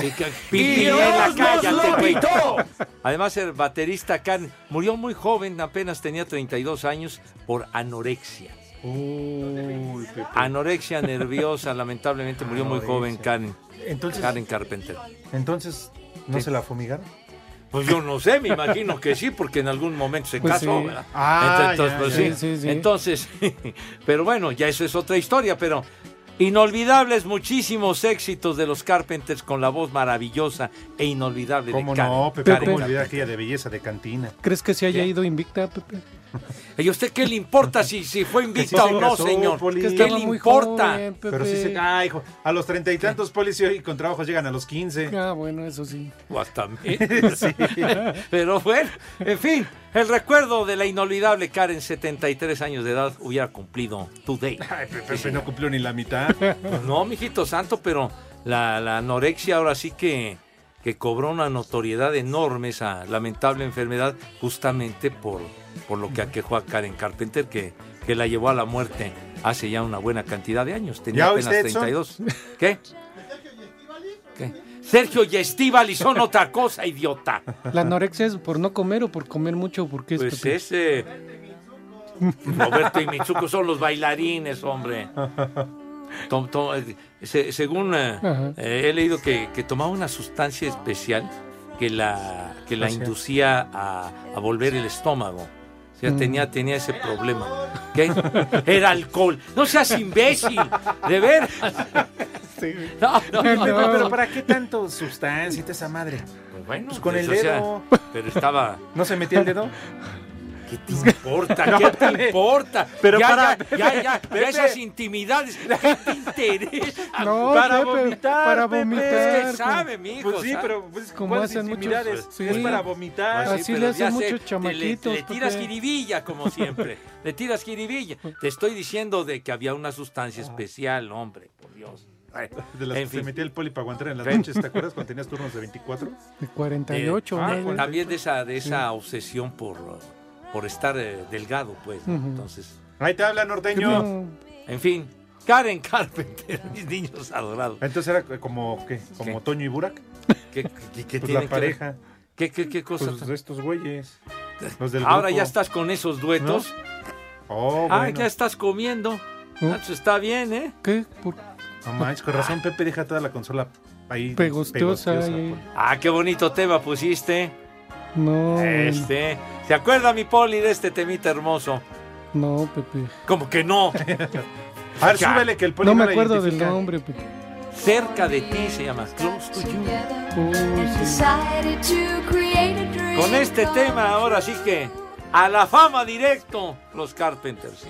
Speaker 12: Dios
Speaker 8: cállate,
Speaker 12: nos lo
Speaker 8: güey.
Speaker 12: quitó.
Speaker 8: Además, el baterista Karen murió muy joven, apenas tenía 32 años, por anorexia.
Speaker 12: Uy, Pepe.
Speaker 8: Anorexia nerviosa, lamentablemente murió muy joven Karen.
Speaker 12: Entonces-
Speaker 8: Karen Carpenter.
Speaker 12: Entonces, ¿no
Speaker 8: Sí.
Speaker 12: se la fumigaron?
Speaker 8: Pues yo no sé, me imagino que sí, porque en algún momento se
Speaker 12: Pues
Speaker 8: casó,
Speaker 12: sí.
Speaker 8: ¿verdad?
Speaker 12: Ah,
Speaker 8: entonces,
Speaker 12: ya,
Speaker 8: pues
Speaker 12: ya.
Speaker 8: sí.
Speaker 12: Sí, sí, sí.
Speaker 8: Entonces, pero bueno, ya eso es otra historia, pero inolvidables muchísimos éxitos de los Carpenters con la voz maravillosa e inolvidable
Speaker 12: ¿Cómo
Speaker 8: de Karen.
Speaker 12: no, Pepe?
Speaker 8: Karen
Speaker 12: ¿Cómo olvidar
Speaker 8: Carpenter.
Speaker 12: aquella de belleza de cantina?
Speaker 13: ¿Crees que se haya ido invicta, Pepe?
Speaker 8: ¿Y a usted qué le importa si, si fue invicta o no, señor? ¿Qué le importa?
Speaker 12: Pero sí se... Ah, hijo, a los treinta y tantos polis y hoy con trabajos llegan a los quince.
Speaker 13: Ah, bueno, eso sí.
Speaker 8: Pues también. Pero bueno, en fin, el recuerdo de la inolvidable Karen, 73 años de edad, hubiera cumplido today. Ay,
Speaker 12: Pepe no cumplió ni la mitad.
Speaker 8: Pues no, mijito santo, pero la, la anorexia ahora sí que, que cobró una notoriedad enorme esa lamentable enfermedad, justamente por, por lo que aquejó a Karen Carpenter, que, que la llevó a la muerte hace ya una buena cantidad de años. Tenía
Speaker 12: ¿Ya
Speaker 8: apenas
Speaker 12: oíste, Edson?
Speaker 8: 32. ¿Qué? ¿Qué? Sergio y Estivali son otra cosa, idiota.
Speaker 13: La anorexia es por no comer o por comer mucho, porque es
Speaker 8: Pues
Speaker 13: Pepe?
Speaker 8: ese. Roberto y Mitsuko son los bailarines, hombre. Tom- tom- eh, se- según eh,
Speaker 13: Ajá.
Speaker 8: eh, he leído que, que tomaba una sustancia especial que la, que la
Speaker 12: O sea.
Speaker 8: inducía a, a volver el estómago. O sea,
Speaker 12: Mm.
Speaker 8: tenía, tenía ese problema. ¿Qué? Era alcohol. No seas imbécil. De ver. No, no, no,
Speaker 12: Pepe,
Speaker 8: no.
Speaker 12: Pero ¿para qué tanto sustancia y toda esa madre?
Speaker 8: Bueno,
Speaker 12: Pues con
Speaker 8: pues,
Speaker 12: el
Speaker 8: o sea,
Speaker 12: dedo.
Speaker 8: pero estaba.
Speaker 12: ¿No se metía el dedo?
Speaker 8: ¿Qué te importa? ¿Qué te importa?
Speaker 12: Pero
Speaker 8: ya,
Speaker 12: para-
Speaker 8: ya, ya, ya, ya
Speaker 12: Pepe.
Speaker 8: esas intimidades, ¿qué te interesa?
Speaker 13: No, Pepe, para vomitar,
Speaker 8: Es que sabe, mijo.
Speaker 12: Pues sí,
Speaker 8: sabe.
Speaker 12: pero pues,
Speaker 13: Como
Speaker 12: ¿cuáles
Speaker 13: hacen muchos-
Speaker 12: intimidades?
Speaker 13: sí.
Speaker 12: Es para vomitar.
Speaker 8: Pues sí,
Speaker 13: Así
Speaker 8: pero
Speaker 13: le
Speaker 8: ya
Speaker 13: hacen
Speaker 8: sé,
Speaker 13: muchos
Speaker 8: te le-
Speaker 13: chamaquitos,
Speaker 8: Le, tiras
Speaker 13: Pepe.
Speaker 8: jiribilla, como siempre. le tiras jiribilla.
Speaker 12: Pues
Speaker 8: Te estoy diciendo de que había una sustancia especial, hombre, por Dios. Ay,
Speaker 12: Ah. De las
Speaker 8: en
Speaker 12: que se
Speaker 8: fin.
Speaker 12: metía el poli para aguantar en las
Speaker 8: Pepe.
Speaker 12: noches, ¿te acuerdas cuando tenías turnos de 24?
Speaker 13: De 48,
Speaker 8: Eh,
Speaker 13: ¿no?
Speaker 8: eh, también de esa, de esa
Speaker 13: Sí.
Speaker 8: obsesión por, eh, por estar eh, delgado, pues. ¿no?
Speaker 13: Ujú.
Speaker 8: Entonces.
Speaker 12: Ahí te habla norteño.
Speaker 8: En fin, Karen Carpenter, mis niños adorados.
Speaker 12: Entonces era como, ¿qué? Como Toño y Burak.
Speaker 8: ¿Qué, qué, qué
Speaker 12: Pues
Speaker 8: tiene
Speaker 12: la
Speaker 8: que ver?
Speaker 12: pareja.
Speaker 8: ¿Qué, qué, qué cosa?
Speaker 12: Pues de estos güeyes. Los del
Speaker 8: Ahora
Speaker 12: grupo.
Speaker 8: ya estás con esos duetos.
Speaker 12: Oh,
Speaker 8: ah,
Speaker 12: bueno.
Speaker 8: ya estás comiendo. Ah, pues está bien, ¿eh?
Speaker 13: ¿Qué? ¿Por
Speaker 12: No manches, con razón Pepe deja toda la consola ahí.
Speaker 13: Pegosteosa, ahí.
Speaker 12: poli.
Speaker 8: Ah, qué bonito tema pusiste.
Speaker 13: No,
Speaker 8: ah, Este. ¿Se acuerda mi poli de este temita hermoso?
Speaker 13: no, Pepe.
Speaker 8: Como que no.
Speaker 12: A ver, súbele que el poli
Speaker 13: No
Speaker 12: no
Speaker 13: me
Speaker 12: la
Speaker 13: acuerdo del
Speaker 12: identifica.
Speaker 13: nombre, Pepe.
Speaker 8: Cerca de ti se llama Close to You. Con este tema ahora sí que a la fama directo los Carpenters.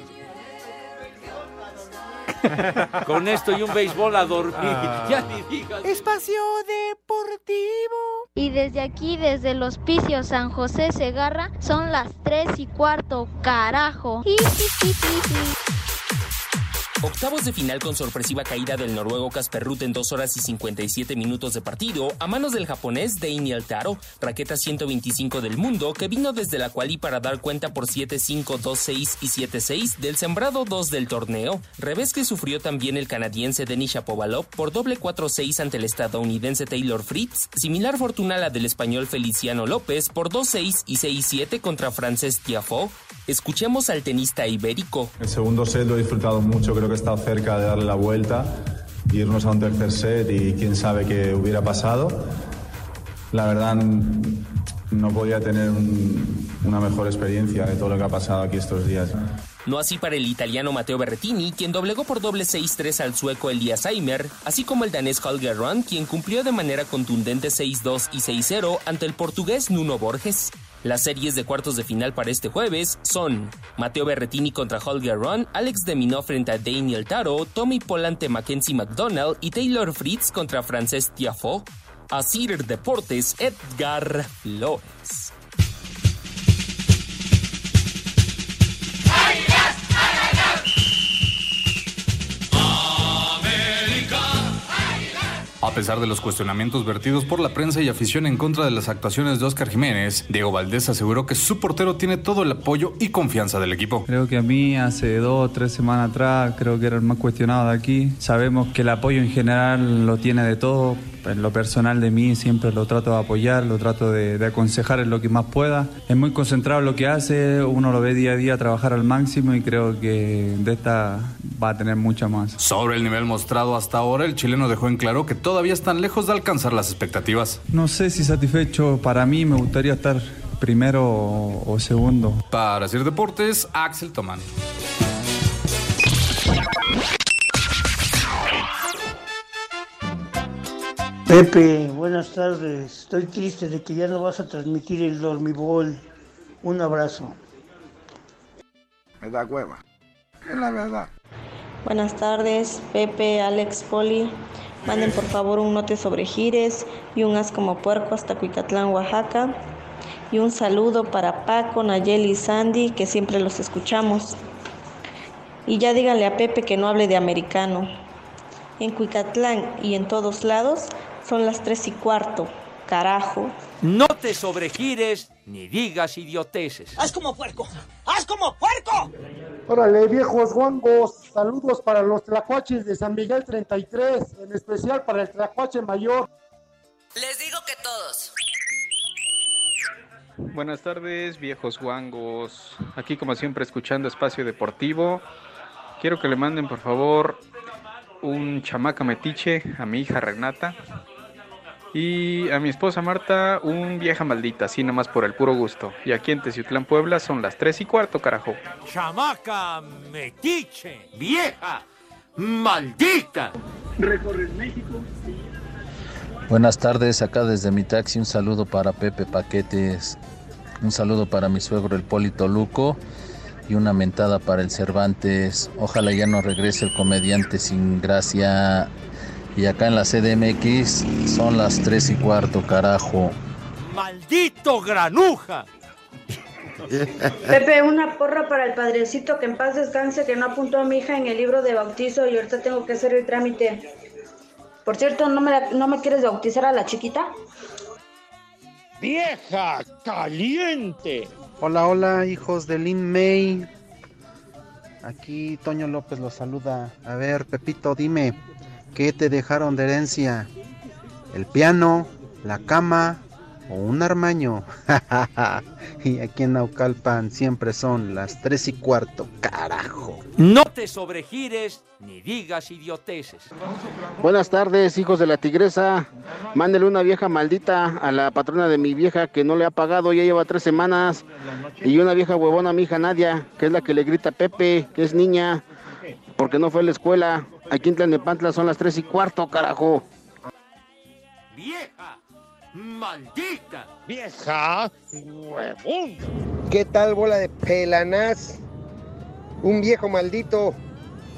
Speaker 8: Con esto y un béisbol a dormir.
Speaker 7: Ah.
Speaker 8: Ya ni digas.
Speaker 9: Espacio Deportivo. Y desde aquí, desde los picios San José Segarra, son las 3 y cuarto, carajo.
Speaker 3: Octavos de final con sorpresiva caída del noruego Casper Ruud en 2 horas y 57 minutos de partido a manos del japonés Daniel Taro, raqueta 125 del mundo que vino desde la quali para dar cuenta por 7-5, 2-6 y 7-6 del sembrado 2 del torneo. Revés que sufrió también el canadiense Denis Shapovalov por doble 4-6 ante el estadounidense Taylor Fritz, similar fortuna a la del español Feliciano López por 2-6 y 6-7 contra Frances Tiafoe. Escuchemos al tenista ibérico.
Speaker 4: El segundo set lo he disfrutado mucho, creo que he estado cerca de darle la vuelta. irnos a un tercer set y quién sabe qué hubiera pasado. La verdad, no podía tener un- una mejor experiencia de todo lo que ha pasado aquí estos días.
Speaker 3: No así para el italiano Matteo Berrettini, quien doblegó por doble 6-3 al sueco Elias Aimer, así como el danés Holger Run, quien cumplió de manera contundente 6-2 y 6-0 ante el portugués Nuno Borges. Las series de cuartos de final para este jueves son Matteo Berrettini contra Holger Run, Alex Deminó frente a Daniel Taro, Tommy Polante Mackenzie McDonald y Taylor Fritz contra Francés Tiafoe. Asir Deportes, Edgar Flores.
Speaker 5: A pesar de los cuestionamientos vertidos por la prensa y afición en contra de las actuaciones de Oscar Jiménez, Diego Valdés aseguró que su portero tiene todo el apoyo y confianza del equipo.
Speaker 6: Creo que a mí hace dos o tres semanas atrás, creo que era el más cuestionado de aquí. Sabemos que el apoyo en general lo tiene de todo. En lo personal de mí siempre lo trato de apoyar, lo trato de, de aconsejar en lo que más pueda. Es muy concentrado en lo que hace, uno lo ve día a día trabajar al máximo y creo que de esta va a tener mucha más.
Speaker 5: Sobre el nivel mostrado hasta ahora, el chileno dejó en claro que todavía están lejos de alcanzar las expectativas.
Speaker 6: No sé si satisfecho, para mí me gustaría estar primero o- o segundo.
Speaker 5: Para Sir Deportes, Axel Tomán.
Speaker 10: Pepe, buenas tardes. Estoy triste de que ya no vas a transmitir el dormibol. Un abrazo.
Speaker 11: Me da hueva. Es la verdad.
Speaker 14: Buenas tardes, Pepe, Alex, Poli. Manden por favor un note sobre gires y un as como puerco hasta Cuicatlán, Oaxaca. Y un saludo para Paco, Nayeli y Sandy, que siempre los escuchamos. Y ya díganle a Pepe que no hable de americano. En Cuicatlán y en todos lados son las tres y cuarto. Carajo.
Speaker 8: No te sobregires ni digas idioteces.
Speaker 16: ¡Haz Ah, como puerco! ¡Haz como puerco! Órale, viejos guangos, saludos para los tlacuaches de San Miguel 33, en especial para el tlacuache mayor.
Speaker 28: Les digo que todos.
Speaker 29: Buenas tardes, viejos guangos. Aquí como siempre escuchando Espacio Deportivo. Quiero que le manden por favor un chamaca metiche a mi hija Renata y a mi esposa Marta un vieja maldita, así nomás por el puro gusto. Y aquí en Teciutlán, Puebla son las 3 y cuarto, carajo.
Speaker 8: Chamaca metiche, vieja, maldita. Recorres México.
Speaker 29: Buenas tardes, acá desde mi taxi un saludo para Pepe Paquetes, un saludo para mi suegro el Polito Luco y una mentada para el Cervantes. Ojalá ya no regrese el comediante sin gracia. Y acá en la CDMX son las 3 y cuarto, carajo.
Speaker 8: Maldito granuja.
Speaker 30: Pepe, una porra para el padrecito que en paz descanse, que no apuntó a mi hija en el libro de bautizo y ahorita tengo que hacer el trámite. Por cierto, ¿no me, la- no me quieres bautizar a la chiquita?
Speaker 16: ¡Vieja caliente! Hola, hola, hijos del InMay. Aquí Toño López los saluda. A ver, Pepito, dime, ¿qué te dejaron de herencia? ¿El piano, la cama o un armaño? y aquí en Naucalpan siempre son las tres y cuarto, carajo.
Speaker 8: No te sobregires ni digas idioteces.
Speaker 31: Buenas tardes, hijos de la tigresa. Mándele una vieja maldita a la patrona de mi vieja que no le ha pagado, ya lleva tres semanas. Y una vieja huevona a mi hija Nadia, que es la que le grita a Pepe, que es niña, porque no fue a la escuela. Aquí en Tlanepantla son las tres y cuarto, carajo.
Speaker 8: Vieja, maldita.
Speaker 16: Vieja, huevón.
Speaker 32: ¿Qué tal bola de pelanás? Un viejo maldito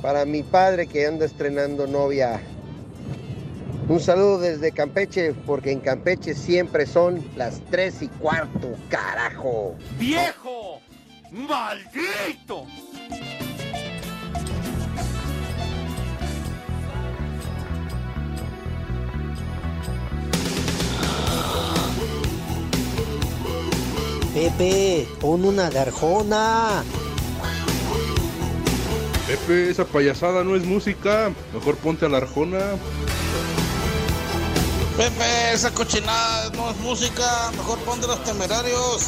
Speaker 32: para mi padre que anda estrenando novia. Un saludo desde Campeche, porque en Campeche siempre son las tres y cuarto, carajo.
Speaker 8: Viejo, maldito.
Speaker 16: Pepe, pon una garjona.
Speaker 31: Pepe, esa payasada no es música. Mejor ponte a la arjona.
Speaker 33: Pepe, esa cochinada no es música, mejor pon de los temerarios.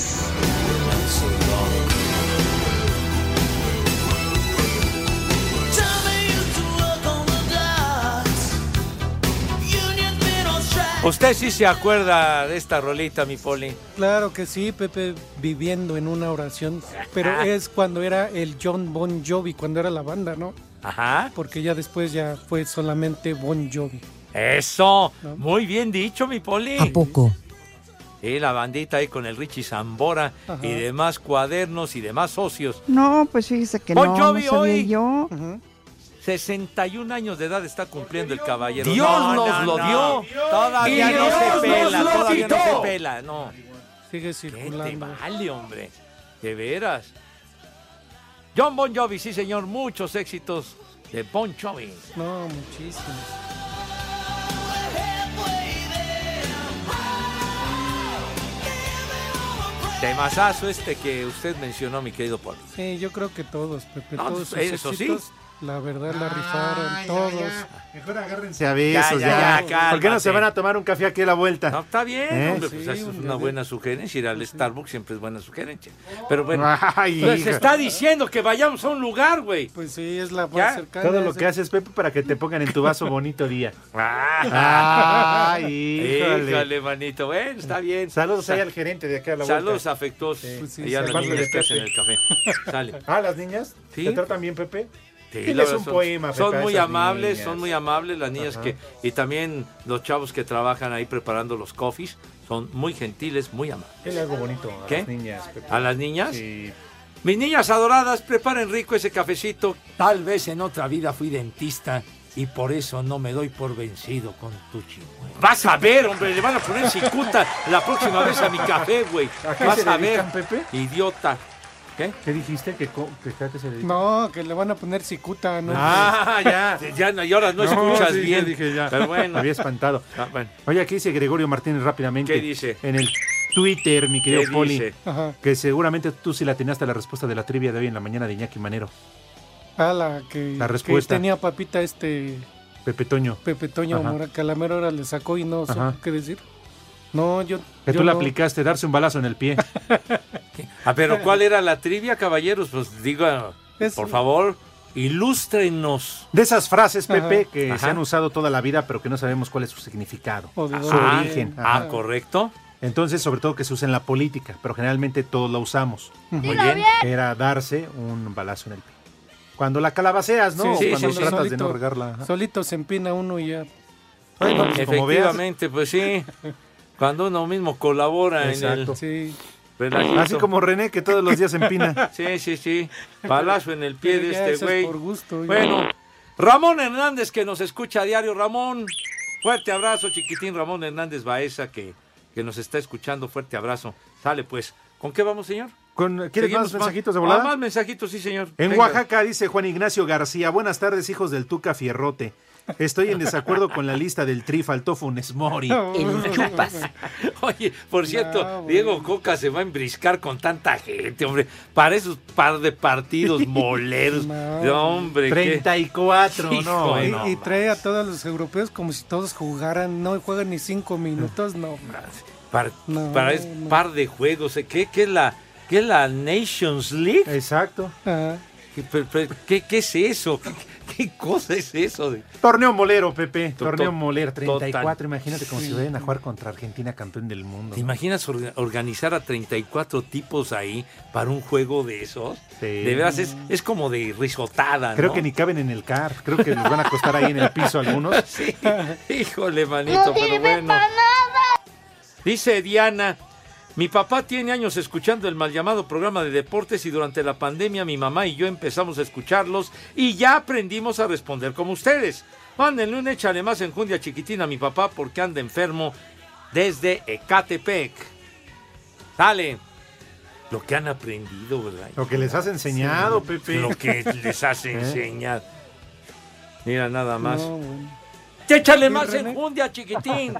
Speaker 7: Tell me you to work on the docks.
Speaker 8: Usted sí se acuerda de esta rolita, mi Poli.
Speaker 13: Claro que sí, Pepe, viviendo en una oración, pero
Speaker 8: Ah.
Speaker 13: es cuando era el John Bon Jovi, cuando era la banda, ¿no?
Speaker 8: Ajá.
Speaker 13: Porque ya después ya fue solamente Bon Jovi.
Speaker 8: Eso, muy bien dicho, mi Poli. ¿A
Speaker 1: poco?
Speaker 8: Y la bandita ahí con el Richie Zambora
Speaker 1: Ajá.
Speaker 8: y demás cuadernos y demás socios.
Speaker 15: No, pues fíjese que
Speaker 8: Bon
Speaker 15: no,
Speaker 8: Jovi
Speaker 15: no sabía
Speaker 8: hoy.
Speaker 15: yo.
Speaker 8: 61 años de edad está cumpliendo el caballero.
Speaker 17: Dios
Speaker 8: No,
Speaker 17: nos
Speaker 8: no,
Speaker 17: lo
Speaker 8: no.
Speaker 17: dio.
Speaker 8: Todavía
Speaker 17: Y
Speaker 8: no se
Speaker 17: Dios
Speaker 8: pela,
Speaker 17: nos lo
Speaker 8: todavía no se
Speaker 17: quitó.
Speaker 8: pela, no.
Speaker 13: Sigue
Speaker 8: ¿Qué te vale, hombre? De veras. John Bon Jovi, sí señor, muchos éxitos de Bon Jovi.
Speaker 13: No, muchísimo.
Speaker 8: Temazazo este que usted mencionó, mi querido Poli.
Speaker 13: Sí, yo creo que todos, Pepe,
Speaker 8: No,
Speaker 13: todos sus
Speaker 8: eso sí.
Speaker 13: éxitos, La verdad,
Speaker 12: Ah,
Speaker 13: la rifaron todos.
Speaker 12: Mejor agárrense.
Speaker 13: Se
Speaker 8: Ya, ya,
Speaker 12: avisos, ya.
Speaker 8: ya, cálmate.
Speaker 12: ¿Por qué no se van a tomar un café aquí a la vuelta?
Speaker 8: No, está bien,
Speaker 12: ¿Eh?
Speaker 8: hombre, pues
Speaker 12: Sí,
Speaker 8: eso es
Speaker 12: hombre,
Speaker 8: una
Speaker 12: sí.
Speaker 8: buena sugerencia. Ir al Starbucks siempre es buena sugerencia. Pero bueno,
Speaker 12: Ay,
Speaker 8: pues se
Speaker 12: hija.
Speaker 8: está diciendo que vayamos a un lugar, güey.
Speaker 13: Pues sí, es la
Speaker 8: más
Speaker 13: cercana.
Speaker 12: Todo lo que haces, Pepe, para que te pongan en tu vaso bonito día.
Speaker 8: Ay,
Speaker 12: Ay, híjole.
Speaker 8: Ah, híjole, manito. Bueno, está bien.
Speaker 12: Saludos ahí
Speaker 8: Sa-
Speaker 12: al gerente de aquí a la vuelta.
Speaker 8: Saludos afectuosos.
Speaker 12: Pues sí,
Speaker 8: Allá
Speaker 12: sí,
Speaker 8: las
Speaker 12: aparte
Speaker 8: niñas
Speaker 12: de
Speaker 8: que hacen
Speaker 12: Pepe.
Speaker 8: el café. Sale.
Speaker 12: Ah, las niñas.
Speaker 8: Sí.
Speaker 12: ¿Te tratan bien, Pepe?
Speaker 8: Sí, la
Speaker 12: Diles
Speaker 8: verdad,
Speaker 12: un
Speaker 8: son-
Speaker 12: poema, Pepe.
Speaker 8: Son
Speaker 12: a
Speaker 8: muy
Speaker 12: esas
Speaker 8: amables,
Speaker 12: niñas.
Speaker 8: son muy amables las niñas
Speaker 12: Ajá.
Speaker 8: que y también los chavos que trabajan ahí preparando los coffees son muy gentiles, muy amables.
Speaker 12: Dile algo bonito a
Speaker 8: ¿Qué?
Speaker 12: las niñas, Pepe.
Speaker 8: ¿A las niñas? Mis niñas adoradas, preparen rico ese cafecito. Tal vez en otra vida fui dentista y por eso no me doy por vencido con tu chimuelo. Vas a ver, hombre, le van a poner cicuta la próxima vez a mi café, güey.
Speaker 12: ¿A qué
Speaker 8: Vas
Speaker 12: se
Speaker 8: a ver,
Speaker 12: dedican, Pepe?
Speaker 8: idiota. ¿Qué?
Speaker 12: ¿Qué dijiste? ¿Que, co- que, a qué se dedican?
Speaker 13: No, que le van a poner cicuta, ¿no?
Speaker 8: Ah, ya, ya, no- y ahora no, escuchas
Speaker 12: sí,
Speaker 8: bien.
Speaker 12: yo dije ya.
Speaker 8: Pero bueno.
Speaker 12: Me había espantado.
Speaker 8: Ah, bueno.
Speaker 12: Oye, aquí dice Gregorio Martínez rápidamente.
Speaker 8: ¿Qué dice?
Speaker 12: En el Twitter, mi querido
Speaker 8: ¿Qué
Speaker 12: Poli.
Speaker 8: dice? Ajá.
Speaker 12: Que seguramente tú sí la tenías la respuesta de la trivia de hoy en la mañana de Iñaki Manero.
Speaker 13: Ah, la que,
Speaker 12: La
Speaker 13: que
Speaker 12: respuesta.
Speaker 13: tenía papita este
Speaker 12: Pepe Toño.
Speaker 13: Pepe Toño
Speaker 12: Ajá.
Speaker 13: Mora, que a la mera hora le sacó y no
Speaker 12: Ajá.
Speaker 13: supo qué decir. No, yo.
Speaker 12: Que
Speaker 13: yo
Speaker 12: tú la
Speaker 13: no.
Speaker 12: aplicaste, darse un balazo en el pie.
Speaker 8: Ah, pero ¿cuál era la trivia, caballeros? Pues diga,
Speaker 12: Es-
Speaker 8: por favor, ilústrenos.
Speaker 12: De esas frases, Pepe,
Speaker 8: Ajá.
Speaker 12: que se
Speaker 8: Ajá.
Speaker 12: han usado toda la vida, pero que no sabemos cuál es su significado,
Speaker 8: O de
Speaker 12: su
Speaker 8: dónde
Speaker 12: origen.
Speaker 8: viene. Ah, correcto.
Speaker 12: Entonces, sobre todo que se usa en la política, pero generalmente todos la usamos.
Speaker 8: Ujú. Dilo bien.
Speaker 12: Era darse un balazo en el pie. Cuando la calabaceas, ¿no?
Speaker 13: Sí, sí,
Speaker 12: Cuando
Speaker 13: sí, sí.
Speaker 12: tratas de
Speaker 13: Solito-
Speaker 12: no regarla. Ajá.
Speaker 13: Solito se empina uno y ya.
Speaker 12: como veas.
Speaker 8: Efectivamente, pues sí. Cuando uno mismo colabora
Speaker 12: Exacto.
Speaker 8: en el. relajito.
Speaker 12: Así como René, que todos los días se empina.
Speaker 8: Sí, sí, sí. Palazo en el pie
Speaker 13: Pero
Speaker 8: de
Speaker 13: ya
Speaker 8: este
Speaker 13: eso es
Speaker 8: güey.
Speaker 13: por gusto, ya.
Speaker 8: Bueno, Ramón Hernández que nos escucha a diario. Ramón, fuerte abrazo, chiquitín Ramón Hernández Baeza que, que nos está escuchando. Fuerte abrazo. Sale pues. ¿Con qué vamos, señor?
Speaker 12: Con- ¿Quieres
Speaker 8: Seguimos
Speaker 12: más mensajitos de
Speaker 8: Ah,
Speaker 12: volada?
Speaker 8: más mensajitos, sí, señor.
Speaker 12: En
Speaker 8: Venga.
Speaker 12: Oaxaca dice Juan Ignacio García, buenas tardes hijos del Tuca Fierrote. Estoy en desacuerdo con la lista del Tri, faltó Funes Mori.
Speaker 8: El chupas. Oye, por cierto, Diego Coca se va a embriscar con tanta gente, hombre. Para esos par de partidos moleros. No, hombre. qué-
Speaker 12: 34,
Speaker 8: no,
Speaker 13: Y,
Speaker 8: no,
Speaker 13: y trae a todos los europeos como si todos jugaran, no juegan ni cinco minutos, no.
Speaker 8: Par-
Speaker 13: No,
Speaker 8: para es
Speaker 13: no.
Speaker 8: par de juegos. ¿eh? ¿Qué, qué es la, qué es la Nations League?
Speaker 12: Exacto.
Speaker 8: ¿Qué, pero- pero- qué- qué es eso? ¿Qué, qué cosa es eso? de-
Speaker 12: Torneo molero, Pepe.
Speaker 8: To-
Speaker 12: Torneo
Speaker 8: to-
Speaker 12: molero, 34.
Speaker 8: total.
Speaker 12: Imagínate como
Speaker 8: Sí.
Speaker 12: si vayan a jugar contra Argentina, campeón del mundo.
Speaker 8: ¿Te imaginas orga- organizar a 34 tipos ahí para un juego de esos? De veras, es, es como de risotada,
Speaker 12: Creo
Speaker 8: ¿no?
Speaker 12: que ni caben en el car. Creo que les van a acostar ahí en el piso algunos.
Speaker 8: Sí. Híjole, manito, pero bueno. Dice Diana, mi papá tiene años escuchando el mal llamado programa de deportes y durante la pandemia mi mamá y yo empezamos a escucharlos y ya aprendimos a responder como ustedes. Mándenle un échale más enjundia chiquitina a mi papá porque anda enfermo desde Ecatepec. Dale. Lo que han aprendido, ¿verdad?
Speaker 12: Lo que les has enseñado,
Speaker 8: Sí,
Speaker 12: Pepe. ¿Eh?
Speaker 8: Lo que les has enseñado. Mira, nada más.
Speaker 12: No,
Speaker 8: Échale más enjundia, chiquitín.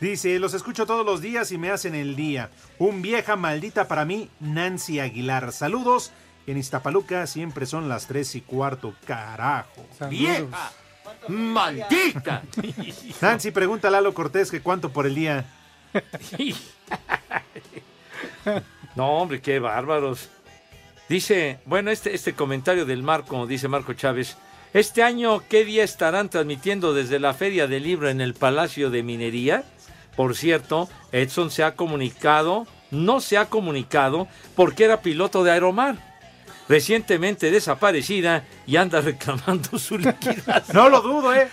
Speaker 12: Dice, los escucho todos los días y me hacen el día. Un vieja maldita para mí, Nancy Aguilar. Saludos. En Iztapaluca siempre son las tres y cuarto. Carajo.
Speaker 8: ¡Vieja! ¡Maldita!
Speaker 12: Nancy pregunta a Lalo Cortés que cuánto por el día.
Speaker 8: No, hombre, qué bárbaros. Dice, bueno, este, este comentario del Marco, dice Marco Chávez, Este año, ¿qué día estarán transmitiendo desde la Feria del Libro en el Palacio de Minería? Por cierto, Edson se ha comunicado, no se ha comunicado porque era piloto de Aeromar, recientemente desaparecida y anda reclamando su liquidación.
Speaker 12: No lo dudo, ¿eh?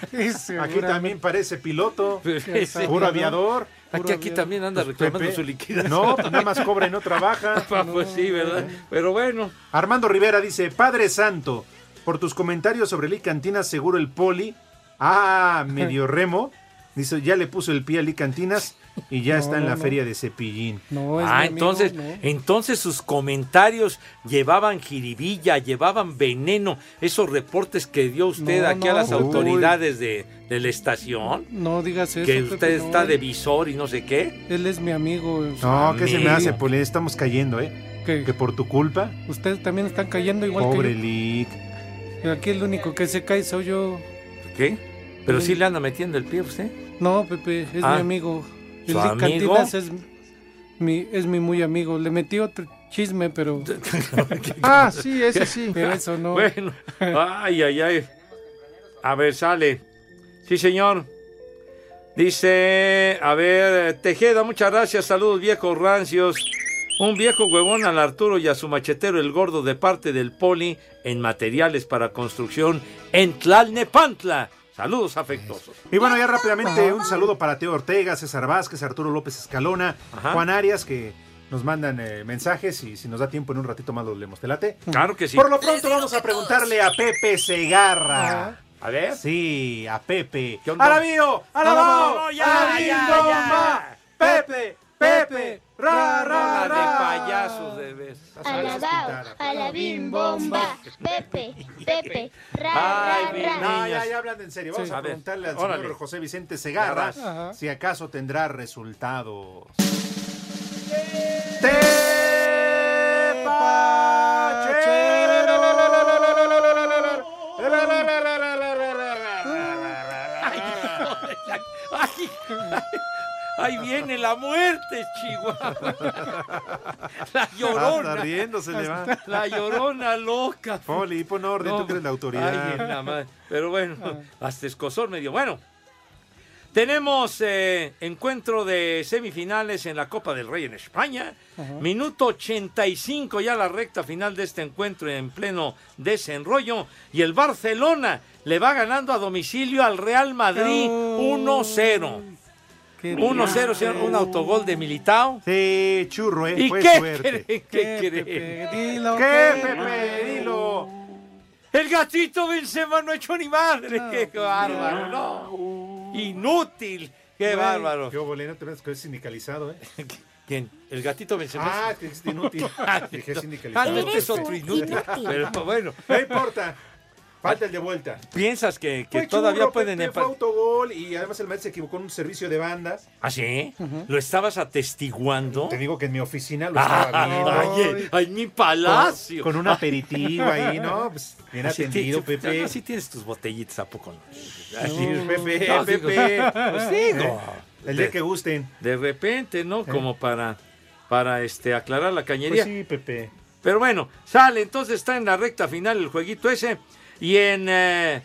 Speaker 12: Aquí también parece piloto,
Speaker 8: Sí.
Speaker 12: puro aviador.
Speaker 8: Aquí, aquí también anda
Speaker 12: Pues,
Speaker 8: reclamando
Speaker 12: Pepe,
Speaker 8: su liquidación.
Speaker 12: No, pues nada más cobra y no trabaja.
Speaker 8: Ah, pues sí, ¿verdad? Pero bueno.
Speaker 12: Armando Rivera dice, Padre Santo, por tus comentarios sobre Licantinas, seguro el poli. Ah, medio remo. Dice, ya le puso el pie a Licantinas y ya
Speaker 8: No,
Speaker 12: está en
Speaker 8: no,
Speaker 12: la
Speaker 8: no.
Speaker 12: feria de Cepillín.
Speaker 8: ah, entonces, entonces sus comentarios llevaban jiribilla, llevaban veneno, esos reportes que dio usted
Speaker 13: No,
Speaker 8: aquí a
Speaker 13: no,
Speaker 8: las
Speaker 13: Uy.
Speaker 8: autoridades de, de la estación,
Speaker 13: No digas eso.
Speaker 8: que
Speaker 13: Pepe,
Speaker 8: usted
Speaker 13: no.
Speaker 8: está de visor y no sé qué.
Speaker 13: Él es mi amigo. es
Speaker 12: No,
Speaker 13: mi
Speaker 12: ¿qué se me
Speaker 13: amigo.
Speaker 12: hace, Poli? Estamos cayendo, ¿eh? Que por tu culpa.
Speaker 13: Ustedes también están cayendo igual
Speaker 12: Pobre
Speaker 13: que
Speaker 12: Lic.
Speaker 13: yo. Aquí el único que se cae soy yo.
Speaker 8: ¿Qué? Pero sí le anda metiendo el pie a usted.
Speaker 13: No, Pepe, es
Speaker 8: Ah.
Speaker 13: mi amigo. El
Speaker 8: ¿Su
Speaker 13: Lic
Speaker 8: amigo?
Speaker 13: Cantinas es mi, es mi muy amigo. Le metí otro chisme, pero...
Speaker 8: Ah, sí, ese
Speaker 13: sí. Pero eso no.
Speaker 8: Bueno, ay, ay, ay. A ver, sale. Sí, señor. Dice, a ver, eh, Tejeda, muchas gracias. Saludos, viejos rancios. Un viejo huevón al Arturo y a su machetero el gordo de parte del Poli en materiales para construcción en Tlalnepantla. Saludos afectuosos.
Speaker 12: Y bueno, ya rápidamente un saludo para Teo Ortega, César Vázquez, Arturo López Escalona,
Speaker 8: Ajá.
Speaker 12: Juan Arias, que nos mandan eh, mensajes y si nos da tiempo en un ratito más los leemos. ¿Te late?
Speaker 8: Claro que sí.
Speaker 12: Por lo pronto vamos a preguntarle a Pepe Segarra.
Speaker 8: A ver.
Speaker 12: Sí, a Pepe.
Speaker 7: ¡Alabío! ¡Alabao!
Speaker 12: No, no,
Speaker 7: ya, ya, ya!
Speaker 12: ¡Pepe! ¡Pepe! ¡Ra,
Speaker 8: ra, ra! de payasos de vez.
Speaker 9: Alabao, alabim bomba, Pepe, Pepe,
Speaker 12: Ay,
Speaker 9: ra,
Speaker 12: mi
Speaker 9: ra, ra.
Speaker 12: No, ya, ya hablando en serio. Vamos
Speaker 8: Sí.
Speaker 12: a
Speaker 8: A ver,
Speaker 12: preguntarle al
Speaker 8: órale.
Speaker 12: señor José Vicente Segarra
Speaker 8: Ajá.
Speaker 12: si acaso tendrá resultados.
Speaker 8: Ay, ahí viene la muerte, Chihuahua. La llorona.
Speaker 12: Hasta riendo se le va.
Speaker 8: La llorona loca.
Speaker 12: Poli, pon orden, tú que eres la autoridad.
Speaker 8: Ay, en la madre. Pero bueno, hasta escosor me dio. Bueno, tenemos eh, encuentro de semifinales en la Copa del Rey en España.
Speaker 1: Ajá.
Speaker 8: Minuto 85, ya la recta final de este encuentro en pleno desenrollo. Y el Barcelona le va ganando a domicilio al Real Madrid 1-0. 1-0, señor, un autogol de Militao.
Speaker 12: Sí, churro, ¿eh?
Speaker 8: ¿Y
Speaker 12: Fue
Speaker 8: qué
Speaker 12: suerte.
Speaker 8: creen? ¿Qué, creen?
Speaker 12: ¿Qué, Pepe? Dilo.
Speaker 8: El gatito Benzema no ha hecho ni madre.
Speaker 12: Ah,
Speaker 8: ¡Qué bárbaro!
Speaker 12: Uh.
Speaker 8: ¡No! ¡Inútil! ¡Qué bárbaro!
Speaker 12: Yo, bolero, te ves que es sindicalizado, ¿eh?
Speaker 8: ¿Quién? ¿El gatito Benzema?
Speaker 12: Ah, que es inútil. Dije
Speaker 8: Ah, no,
Speaker 12: sindicalizado.
Speaker 8: este es otro inútil. Pero bueno,
Speaker 12: No importa. Falta el de vuelta.
Speaker 8: piensas que, que
Speaker 12: Fue
Speaker 8: todavía
Speaker 12: churro,
Speaker 8: pueden
Speaker 12: Pepe, fue
Speaker 8: empatar.
Speaker 12: autogol y además el maestro se equivocó en un servicio de bandas.
Speaker 8: ¿Ah, sí? ¿Lo estabas atestiguando?
Speaker 12: Te digo que en mi oficina lo estaba viendo.
Speaker 8: Ah, oye, ay, mi palacio. Ah,
Speaker 12: Con- con un aperitivo ahí, ¿no? Pues, bien
Speaker 8: Así
Speaker 12: atendido,
Speaker 8: tienes-
Speaker 12: Pepe.
Speaker 8: Así tienes tus botellitas, ¿a poco no?
Speaker 12: Así es, Pepe,
Speaker 8: Ah, No,
Speaker 12: Pepe.
Speaker 8: digo, pues digo.
Speaker 12: El día que gusten.
Speaker 8: De repente, ¿no? Como para, para este, aclarar la cañería.
Speaker 12: Pues sí, Pepe.
Speaker 8: Pero bueno, sale, entonces está en la recta final el jueguito ese. Y en eh,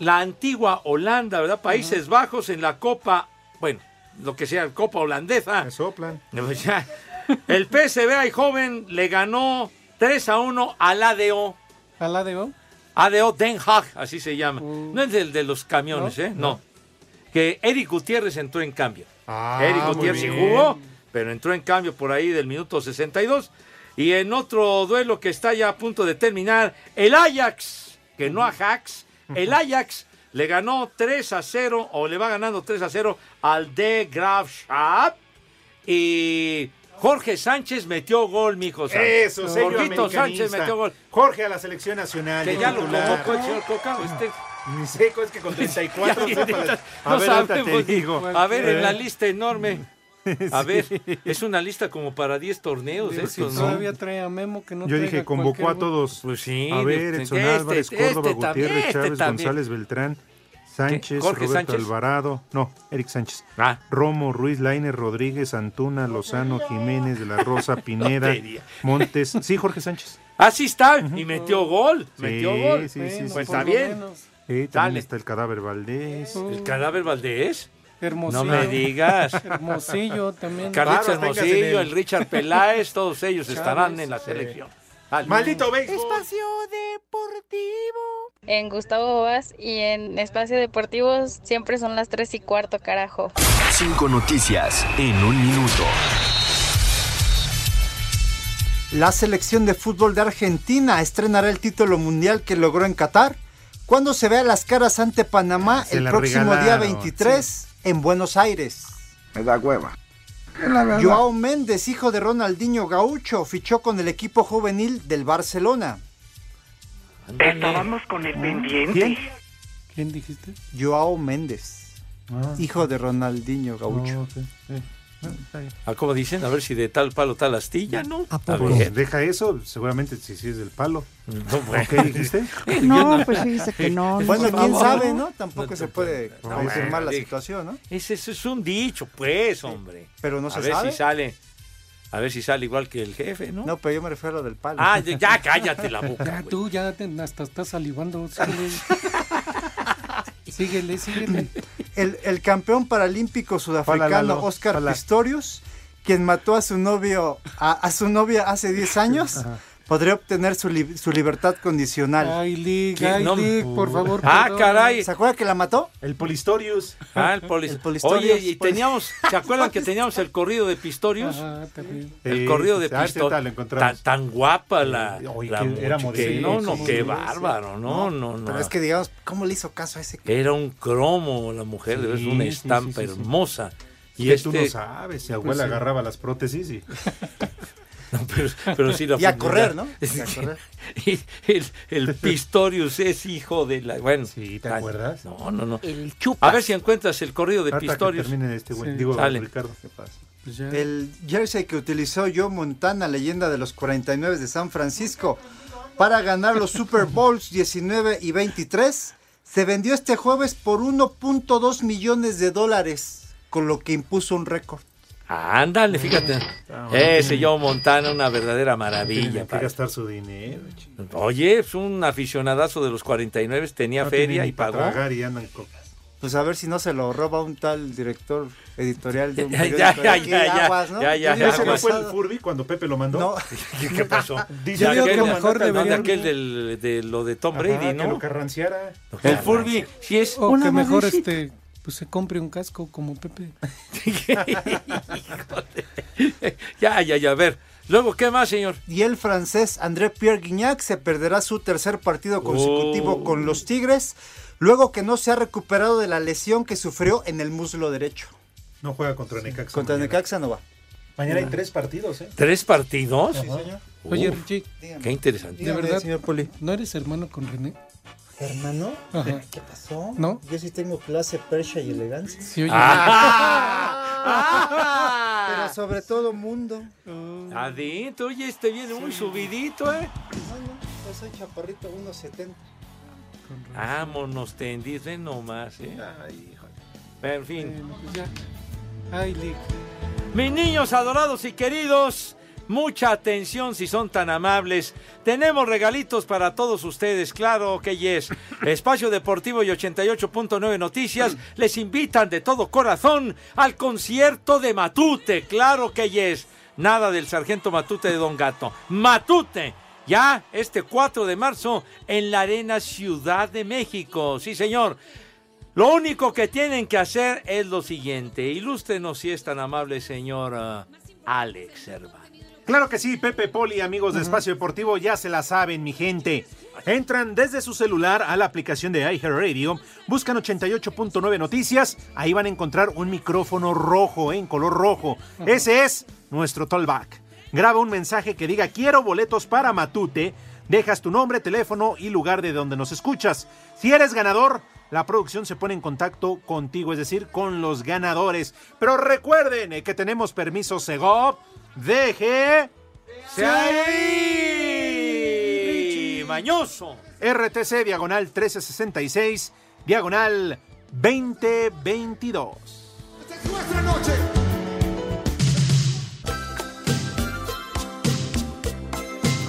Speaker 8: la antigua Holanda, ¿verdad? Países Bajos, en la Copa, bueno, lo que sea, Copa Holandesa.
Speaker 12: soplan.
Speaker 8: El PSV ahí joven le ganó 3 a 1 al ADO.
Speaker 13: ¿Al ADO?
Speaker 8: ADO Den Haag, así se llama. No es el de los camiones, ¿eh? Uh. No. Que Eric Gutiérrez entró en cambio. Eric
Speaker 12: Ah, muy
Speaker 8: Gutiérrez sí
Speaker 12: bien.
Speaker 8: jugó, pero entró en cambio por ahí del minuto 62. Y en otro duelo que está ya a punto de terminar, el Ajax, que no a Hacks, el Ajax le ganó 3 a 0 o le va ganando 3 a 0 al De Graaf Schaap. Y Jorge Sánchez metió gol, mijo. Sánchez.
Speaker 12: Eso, señor.
Speaker 8: Jorgito Sánchez metió gol.
Speaker 12: Jorge a la selección nacional.
Speaker 8: Que
Speaker 12: de
Speaker 8: ya lo
Speaker 12: titular.
Speaker 8: convocó el señor Coca. Usted...
Speaker 12: Ni seco es que con 34
Speaker 8: Ya,
Speaker 12: sepa la-
Speaker 8: no
Speaker 12: A ver, ahorita te
Speaker 8: sabemos.
Speaker 12: digo.
Speaker 8: A ver, en la
Speaker 12: Eh.
Speaker 8: lista enorme. A
Speaker 12: Sí.
Speaker 8: ver, es una lista como para 10 torneos.
Speaker 13: Digo,
Speaker 8: estos,
Speaker 13: si
Speaker 8: ¿no?
Speaker 13: todavía trae a Memo que no
Speaker 12: Yo dije,
Speaker 13: traiga
Speaker 12: convocó a
Speaker 13: cualquier-
Speaker 12: todos.
Speaker 8: Pues sí.
Speaker 12: A ver,
Speaker 8: este,
Speaker 12: Edson
Speaker 8: este,
Speaker 12: Álvarez,
Speaker 8: este
Speaker 12: Córdoba,
Speaker 8: también,
Speaker 12: Gutiérrez,
Speaker 8: este
Speaker 12: Chávez,
Speaker 8: también.
Speaker 12: González, Beltrán, Sánchez,
Speaker 8: Jorge
Speaker 12: Roberto
Speaker 8: Sánchez. Ah.
Speaker 12: Alvarado. No, Eric Sánchez. Romo, Ruiz, Lainer, Rodríguez, Antuna, Lozano, Jiménez, De la Rosa, Pineda,
Speaker 8: Tontería.
Speaker 12: Montes. Sí, Jorge Sánchez.
Speaker 8: Así Ah, está, y metió gol, metió
Speaker 12: Sí,
Speaker 8: gol.
Speaker 12: sí, sí, sí.
Speaker 8: pues
Speaker 12: Por
Speaker 8: está
Speaker 12: lo
Speaker 8: bien.
Speaker 12: Sí, Eh, también está el cadáver Valdés.
Speaker 8: ¿El cadáver Valdés?
Speaker 12: Hermosillo.
Speaker 8: No me digas.
Speaker 13: Hermosillo también.
Speaker 8: Carlitos
Speaker 13: Claro, tengas en
Speaker 8: Hermosillo,
Speaker 13: el-
Speaker 8: el Richard Peláez, todos ellos
Speaker 13: Chávez,
Speaker 8: estarán
Speaker 12: eh.
Speaker 8: en la
Speaker 13: sí.
Speaker 8: selección.
Speaker 12: Maldito
Speaker 1: Espacio Deportivo. En Gustavo Bobas y en Espacio Deportivo siempre son las 3 y cuarto, carajo.
Speaker 15: Cinco noticias en un minuto.
Speaker 17: La selección de fútbol de Argentina estrenará el título mundial que logró en Qatar cuando se vea las caras ante Panamá
Speaker 11: Se
Speaker 17: el
Speaker 11: la
Speaker 17: próximo día
Speaker 11: regalaron,
Speaker 17: 23 en Buenos Aires.
Speaker 11: Me da hueva. Es la verdad.
Speaker 17: Joao Méndez, hijo de Ronaldinho Gaucho, fichó con el equipo juvenil del Barcelona.
Speaker 13: Estábamos
Speaker 17: con el
Speaker 13: pendiente.
Speaker 17: ¿Quién?
Speaker 13: ¿Quién dijiste?
Speaker 17: Joao Méndez, hijo de Ronaldinho Gaucho.
Speaker 8: Ah, ¿Cómo dicen? A ver si de tal palo tal astilla, ¿no? ¿A
Speaker 12: Pues
Speaker 8: ver.
Speaker 12: deja eso, seguramente si sí es del palo.
Speaker 8: bueno.
Speaker 12: ¿Qué dijiste?
Speaker 17: No, pues fíjese que no, no. Bueno,
Speaker 8: Por
Speaker 17: quién
Speaker 8: favor.
Speaker 17: sabe, ¿no? Tampoco se puede confirmar la
Speaker 8: digo.
Speaker 17: situación, ¿no?
Speaker 8: Ese, ese es un dicho, pues, hombre.
Speaker 17: Pero no
Speaker 8: a
Speaker 17: se
Speaker 8: ver
Speaker 17: sabe.
Speaker 8: si sale. A ver si sale igual que el jefe, ¿no?
Speaker 17: No, pero yo me refiero a lo del palo.
Speaker 8: Ah, ya- ya cállate la boca,
Speaker 13: Ya
Speaker 8: güey.
Speaker 13: tú, ya te, hasta estás salivando. Síguele, síguele. síguele.
Speaker 17: El, el campeón paralímpico
Speaker 13: Hola,
Speaker 17: sudafricano
Speaker 13: Lalo.
Speaker 17: Oscar
Speaker 13: Hola.
Speaker 17: Pistorius, quien mató a su novio, a, a su novia hace 10 años, podría obtener su, li- su libertad condicional.
Speaker 13: Ay, Lig,
Speaker 17: ¿Qué?
Speaker 13: ay,
Speaker 17: No.
Speaker 13: Lig, por favor.
Speaker 17: Ah,
Speaker 13: perdón.
Speaker 17: caray. ¿Se acuerda que la mató?
Speaker 12: El Polistorius.
Speaker 8: Ah, el, polis-
Speaker 17: El Polistorius,
Speaker 8: Oye, y
Speaker 17: pues.
Speaker 8: teníamos, ¿se acuerdan que teníamos el corrido de Pistorius?
Speaker 12: Ah,
Speaker 13: Ajá, terrible.
Speaker 8: El
Speaker 12: Sí,
Speaker 8: corrido de
Speaker 12: sí, ahorita
Speaker 8: Pistorius.
Speaker 12: lo "Ah, encontramos. Eh,
Speaker 8: Tan, tan guapa la, la
Speaker 12: que era
Speaker 8: muchacha.
Speaker 12: modelo,
Speaker 8: No, no,
Speaker 12: sí,
Speaker 8: qué
Speaker 12: sí,
Speaker 8: bárbaro. No, no, no.
Speaker 17: Pero es que digamos, ¿cómo le hizo caso a ese?
Speaker 8: Era un cromo la mujer, de veras, una
Speaker 12: Sí, sí,
Speaker 8: estampa
Speaker 12: sí, sí, sí.
Speaker 8: hermosa. este Pues
Speaker 12: Y tú no sabes, si abuela agarraba las prótesis y...
Speaker 8: pero sí la
Speaker 12: Y a
Speaker 8: fundó.
Speaker 12: correr, ¿no?
Speaker 8: Es
Speaker 12: Y a
Speaker 8: que-
Speaker 12: correr.
Speaker 8: y el, el Pistorius es hijo de la. Bueno, ¿te
Speaker 12: acuerdas?
Speaker 8: No, no, no.
Speaker 17: El
Speaker 8: A ver si encuentras el corrido de
Speaker 12: Ahorita que
Speaker 8: Pistorius.
Speaker 12: termine este güey, digo,
Speaker 8: Sale.
Speaker 12: Ricardo.
Speaker 17: El jersey que utilizó Joe Montana, leyenda de los 49 de San Francisco, para ganar los Super Bowls 19 y 23, se vendió este jueves por 1.2 millones de dólares, con lo que impuso un récord.
Speaker 8: Ándale, fíjate. Ese Joe Montana, una verdadera maravilla.
Speaker 12: Ah, Tiene que
Speaker 8: padre.
Speaker 12: gastar su dinero. chico.
Speaker 8: Oye, es un aficionadazo de los 49, tenía
Speaker 12: No tiene
Speaker 8: feria
Speaker 12: ni
Speaker 8: y
Speaker 12: pa'
Speaker 8: pagó.
Speaker 12: tragar y andan con-
Speaker 17: Pues a ver si no se lo roba un tal director editorial de un
Speaker 8: Ya,
Speaker 17: periódico
Speaker 8: ya,
Speaker 17: de
Speaker 8: ya,
Speaker 17: aquí,
Speaker 8: ya, ya,
Speaker 17: aguas, ¿no?
Speaker 8: ya, ya,
Speaker 17: Yo digo
Speaker 8: ya,
Speaker 17: que
Speaker 8: aguas.
Speaker 17: fue-
Speaker 12: ¿Fue el Furby cuando Pepe lo mandó?
Speaker 8: ¿Qué pasó?
Speaker 12: Dice
Speaker 8: De
Speaker 12: que
Speaker 8: aquel-
Speaker 12: mejor
Speaker 8: no, de
Speaker 12: debería...
Speaker 8: aquel del- de lo de Tom Brady,
Speaker 12: Que
Speaker 8: ¿no?
Speaker 12: lo carranciara.
Speaker 8: El Furby, si es
Speaker 13: O que Oh, mejor este, pues se compre un casco como Pepe.
Speaker 17: Eh,
Speaker 8: Ya, ya, ya, a ver. Luego, ¿qué más, señor?
Speaker 17: Y el francés André Pierre Guignac se perderá su tercer partido consecutivo
Speaker 8: Oh.
Speaker 17: con los Tigres, luego que no se ha recuperado de la lesión que sufrió en el muslo derecho.
Speaker 12: No juega contra Necaxa.
Speaker 17: Contra Necaxa no va.
Speaker 12: Mañana hay tres partidos, ¿eh?
Speaker 8: ¿Tres partidos?
Speaker 12: Sí, señor.
Speaker 13: Oye,
Speaker 8: Uf,
Speaker 13: Richie.
Speaker 8: Qué interesante.
Speaker 13: De verdad,
Speaker 17: señor Poli.
Speaker 13: ¿No eres hermano con René?
Speaker 17: ¿Hermano?
Speaker 13: Ajá.
Speaker 17: ¿Qué pasó?
Speaker 13: ¿No?
Speaker 17: Yo sí tengo clase, percha y elegancia. Ah.
Speaker 13: Sí, oye.
Speaker 17: Pero sobre todo mundo.
Speaker 8: Ah. Adito, oye, este viene muy subidito, ¿eh?
Speaker 17: Yo pues soy chaparrito 1.70.
Speaker 8: Vámonos, tendidos, ven nomás, ¿eh? Pero, En fin.
Speaker 13: Ay, Lick.
Speaker 8: Mis niños adorados y queridos, mucha atención si son tan amables. Tenemos regalitos para todos ustedes, claro que yes. Espacio Deportivo y 88.9 Noticias les invitan de todo corazón al concierto de Matute, claro que yes. Nada del sargento Matute de Don Gato. Matute, ya este 4 de marzo en la Arena Ciudad de México. Sí, señor. Lo único que tienen que hacer es lo siguiente. Ilústrenos si es tan amable, señor ah, Alex Cervantes.
Speaker 12: Claro que sí, Pepe Poli, amigos de Espacio Deportivo, ya se la saben, mi gente. Entran desde su celular a la aplicación de iHeartRadio, buscan 88.9 Noticias, ahí van a encontrar un micrófono rojo, en color rojo. Ese es nuestro tollback. Graba un mensaje que diga quiero boletos para Matute, dejas tu nombre, teléfono y lugar de donde nos escuchas. Si eres ganador, la producción se pone en contacto contigo, es decir, con los ganadores. Pero recuerden eh, que tenemos permiso Segov. Deje.
Speaker 8: ¡Se ahí! ¡Mañoso!
Speaker 12: RTC diagonal 1366, diagonal 2022.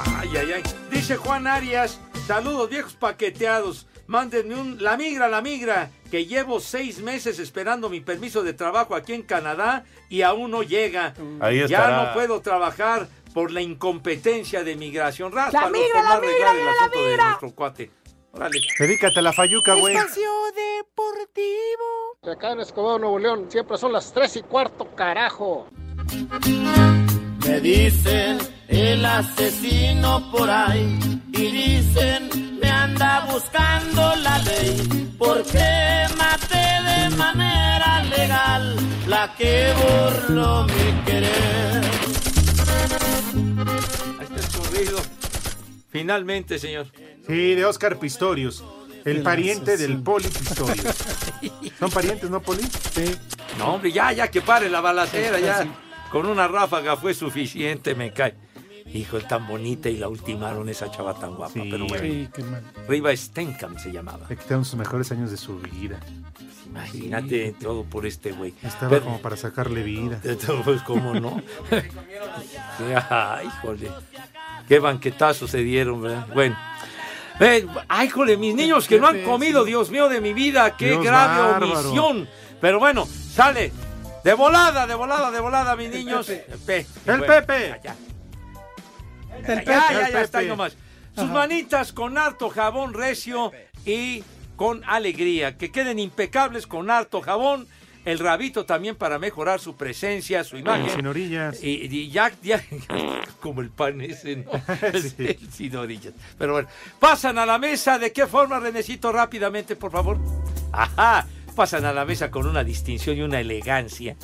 Speaker 8: Ay, ay, ay. Dice Juan Arias, saludos viejos paqueteados. Mándenme un la migra, la migra, que llevo seis meses esperando mi permiso de trabajo aquí en Canadá y aún no llega.
Speaker 2: Ahí
Speaker 8: Ya
Speaker 2: estará.
Speaker 8: no puedo trabajar por la incompetencia de migración.
Speaker 2: La migra, la migra,
Speaker 8: el
Speaker 2: viva la
Speaker 8: asunto de
Speaker 2: migra.
Speaker 8: nuestro cuate. Órale.
Speaker 12: Dedícate a la fayuca, güey.
Speaker 3: Deportivo. De acá en Escobedo, Nuevo León, siempre son las 3 y cuarto, carajo.
Speaker 4: Me dicen el asesino por ahí y dicen me anda buscando la ley porque maté de manera legal la que borró mi querer.
Speaker 8: Finalmente, señor.
Speaker 12: Sí, de Oscar Pistorius. El pariente del Poli Pistorius. ¿Son parientes, no Poli? Sí.
Speaker 8: No, hombre, ya, ya que pare la balacera, ya. Con una ráfaga fue suficiente, me cae. Hijo, es tan bonita y la ultimaron esa chava tan guapa, pero bueno.
Speaker 13: Sí, qué mal.
Speaker 8: Riva Stenkam se llamaba.
Speaker 12: Le quitaron sus mejores años de su vida.
Speaker 8: Imagínate todo por este güey.
Speaker 12: Estaba
Speaker 8: Pero-
Speaker 12: como para sacarle vida.
Speaker 8: Pues cómo no. Ay, híjole. Qué banquetazos se dieron, ¿verdad? Bueno. Eh, ay, híjole, mis niños que no han comido, Dios mío de mi vida, qué
Speaker 12: Dios
Speaker 8: grave
Speaker 12: bárbaro.
Speaker 8: omisión. Pero bueno, sale. De volada, de volada, de volada, mis niños. El Pepe.
Speaker 12: El
Speaker 8: Bueno,
Speaker 12: Pepe.
Speaker 8: ya, ya.
Speaker 12: El
Speaker 8: Ya,
Speaker 12: Pepe.
Speaker 8: ya, ya,
Speaker 12: El
Speaker 8: ya está ahí
Speaker 12: Pepe.
Speaker 8: nomás. Sus manitas con harto jabón recio y con alegría. Que queden impecables con harto jabón. El rabito también para mejorar su presencia, su imagen.
Speaker 12: Sin orillas.
Speaker 8: Y, y ya, ya- como el pan ese, ¿no? El sin orillas. Pero bueno, pasan a la mesa. ¿De qué forma, Renecito? Rápidamente, por favor. Ajá, pasan a la mesa con una distinción y una elegancia.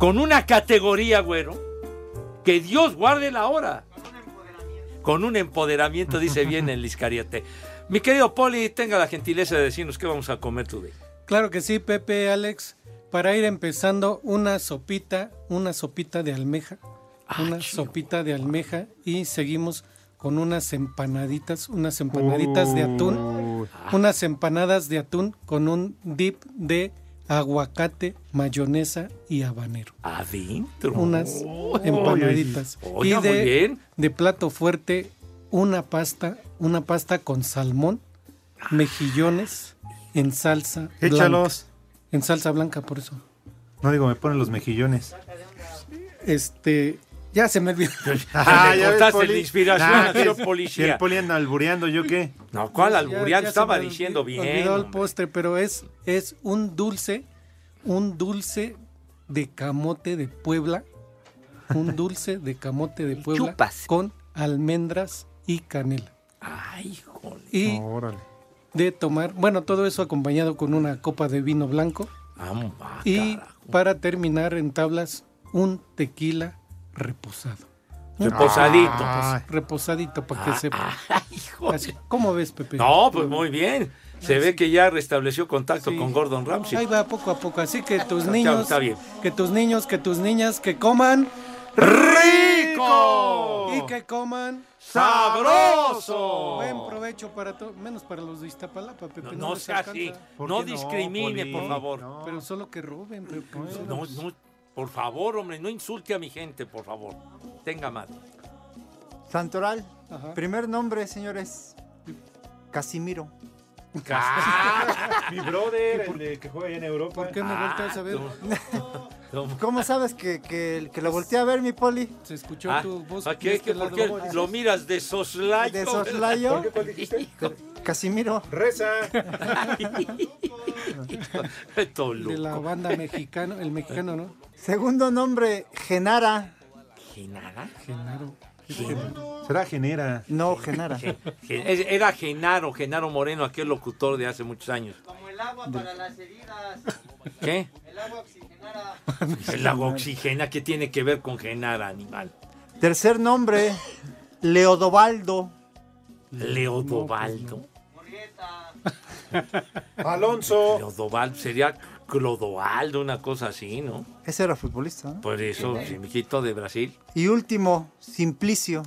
Speaker 8: Con una categoría, güero. Que Dios guarde la hora. Con un empoderamiento, dice bien el Iscariote. Mi querido Poli, tenga la gentileza de decirnos qué vamos a comer today.
Speaker 13: Claro que sí, Pepe, Alex. Para ir empezando, una sopita, una sopita de almeja, una sopita de almeja y seguimos con unas empanaditas, unas empanaditas de atún, unas empanadas de atún con un dip de aguacate, mayonesa y habanero.
Speaker 8: Adentro.
Speaker 13: Unas empanaditas.
Speaker 8: Oiga,
Speaker 13: y de,
Speaker 8: muy bien.
Speaker 13: de plato fuerte, una pasta, una pasta con salmón, mejillones en salsa blanca.
Speaker 12: Échalos.
Speaker 13: En salsa blanca, por eso.
Speaker 12: No digo, me ponen los mejillones.
Speaker 13: Este, ya se me olvidó.
Speaker 12: Ah,
Speaker 13: Le
Speaker 12: ya ves,
Speaker 13: cortaste
Speaker 12: Poli.
Speaker 13: la inspiración
Speaker 12: Ah,
Speaker 13: al señor
Speaker 12: que-
Speaker 13: policía.
Speaker 12: que El poli anda albureando, ¿yo qué?
Speaker 8: No, ¿cuál albureando?
Speaker 13: se
Speaker 8: Estaba
Speaker 13: me olvi-
Speaker 8: diciendo bien,
Speaker 13: olvidó el
Speaker 8: hombre.
Speaker 13: postre, pero es, es un dulce, un dulce de camote de Puebla. Un dulce de camote de Puebla con almendras y canela.
Speaker 8: Ay, joder.
Speaker 13: Y de tomar, bueno, todo eso acompañado con una copa de vino blanco.
Speaker 8: Vamos.
Speaker 13: y para terminar en tablas, un tequila reposado. Un
Speaker 8: Reposadito.
Speaker 13: tequila Reposadito para que
Speaker 8: Ah,
Speaker 13: sepa. Así, ¿Cómo ves, Pepe?
Speaker 8: No, pues muy bien. Se ve que ya restableció contacto con Gordon Ramsay.
Speaker 13: Ahí va poco a poco, así que tus
Speaker 8: Está-
Speaker 13: niños,
Speaker 8: está bien.
Speaker 13: que tus niños, que tus niñas, que coman
Speaker 8: rico
Speaker 13: y que coman
Speaker 8: sabroso.
Speaker 13: Buen provecho para todos, menos para los de Iztapalapa, Pepe.
Speaker 8: No, no
Speaker 13: les
Speaker 8: sea
Speaker 13: alcanza.
Speaker 8: así. No discrimine, por favor.
Speaker 13: Pero solo que roben. Pero que
Speaker 8: No, no, por favor, hombre, no insulte a mi gente, por favor. Tenga madre.
Speaker 17: Santoral. Primer nombre, señores. Casimiro.
Speaker 8: Ah,
Speaker 12: Mi brother, el de que juega allá en Europa. ¿Por
Speaker 17: qué me volteas a ver?
Speaker 8: Ah, no.
Speaker 17: ¿Cómo sabes que, que, que lo volteé a ver, mi poli?
Speaker 13: Se escuchó
Speaker 8: Ah, ¿a qué- qué- ¿Por qué lo miras de soslayo?
Speaker 17: ¿De soslayo? ¿Por qué, cuál Casimiro.
Speaker 12: Reza.
Speaker 13: De la banda mexicana, el mexicano, ¿no?
Speaker 17: Segundo nombre, Genara.
Speaker 8: ¿Genara?
Speaker 13: Genaro.
Speaker 12: Será Genera.
Speaker 17: No, Genara.
Speaker 8: Gen- es- Era Genaro, Genaro Moreno, aquel locutor de hace muchos años.
Speaker 18: El agua para las heridas.
Speaker 8: ¿Qué?
Speaker 18: El agua oxigenada.
Speaker 8: El agua oxigena, ¿qué tiene que ver con Genara, animal?
Speaker 17: Tercer nombre, Leodobaldo.
Speaker 8: Leodobaldo.
Speaker 12: Alonso.
Speaker 8: Leodobaldo sería Clodoaldo, una cosa así, ¿no?
Speaker 17: Ese era futbolista, ¿no?
Speaker 8: Por eso, si me quito de Brasil.
Speaker 17: Y último, Simplicio.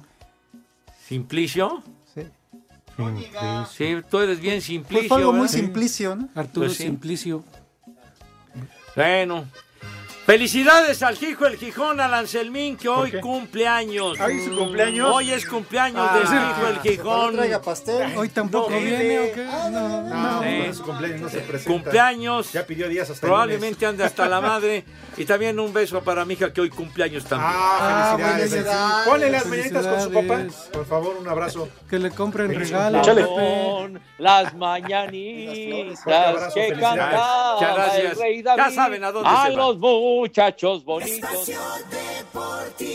Speaker 8: ¿Simplicio?
Speaker 17: Sí.
Speaker 8: Sí, tú eres bien
Speaker 17: Pues
Speaker 8: simplicio. Pues
Speaker 17: fue algo muy
Speaker 8: ¿verdad?
Speaker 17: simplicio, ¿no?
Speaker 8: Arturo Pues sí.
Speaker 13: Simplicio.
Speaker 8: Bueno, Felicidades al Hijo el Gijón, al Anselmín, que hoy cumple años.
Speaker 13: ¿Hoy es su cumpleaños?
Speaker 8: Hoy es cumpleaños
Speaker 13: Ah,
Speaker 8: del Hijo el Gijón. Ah,
Speaker 13: ¿Traiga pastel?
Speaker 17: Hoy tampoco
Speaker 13: No,
Speaker 17: viene,
Speaker 13: vive.
Speaker 17: ¿o qué? No, pues,
Speaker 13: No,
Speaker 17: no.
Speaker 13: no, su cumpleaños no se presenta.
Speaker 8: Cumpleaños.
Speaker 13: Ya pidió días hasta el
Speaker 8: Probablemente
Speaker 13: lunes.
Speaker 8: ande hasta la madre. Y también un beso para mi hija que hoy cumpleaños también.
Speaker 13: Ah, felicidades.
Speaker 17: felicidades.
Speaker 13: Ponle las mañanitas con su papá.
Speaker 17: Felicidades.
Speaker 13: Por favor, un abrazo.
Speaker 17: Que le compren
Speaker 13: Feliz
Speaker 17: regalos.
Speaker 13: cumpleaños.
Speaker 17: Pepe.
Speaker 7: Las
Speaker 13: Fuerte
Speaker 7: mañanitas
Speaker 13: abrazo,
Speaker 7: que
Speaker 13: felicidades.
Speaker 7: cantaba
Speaker 13: Muchas gracias.
Speaker 7: el rey
Speaker 8: Ya
Speaker 7: David
Speaker 8: saben a dónde se van.
Speaker 7: los muchachos bonitos.
Speaker 8: Deportivo.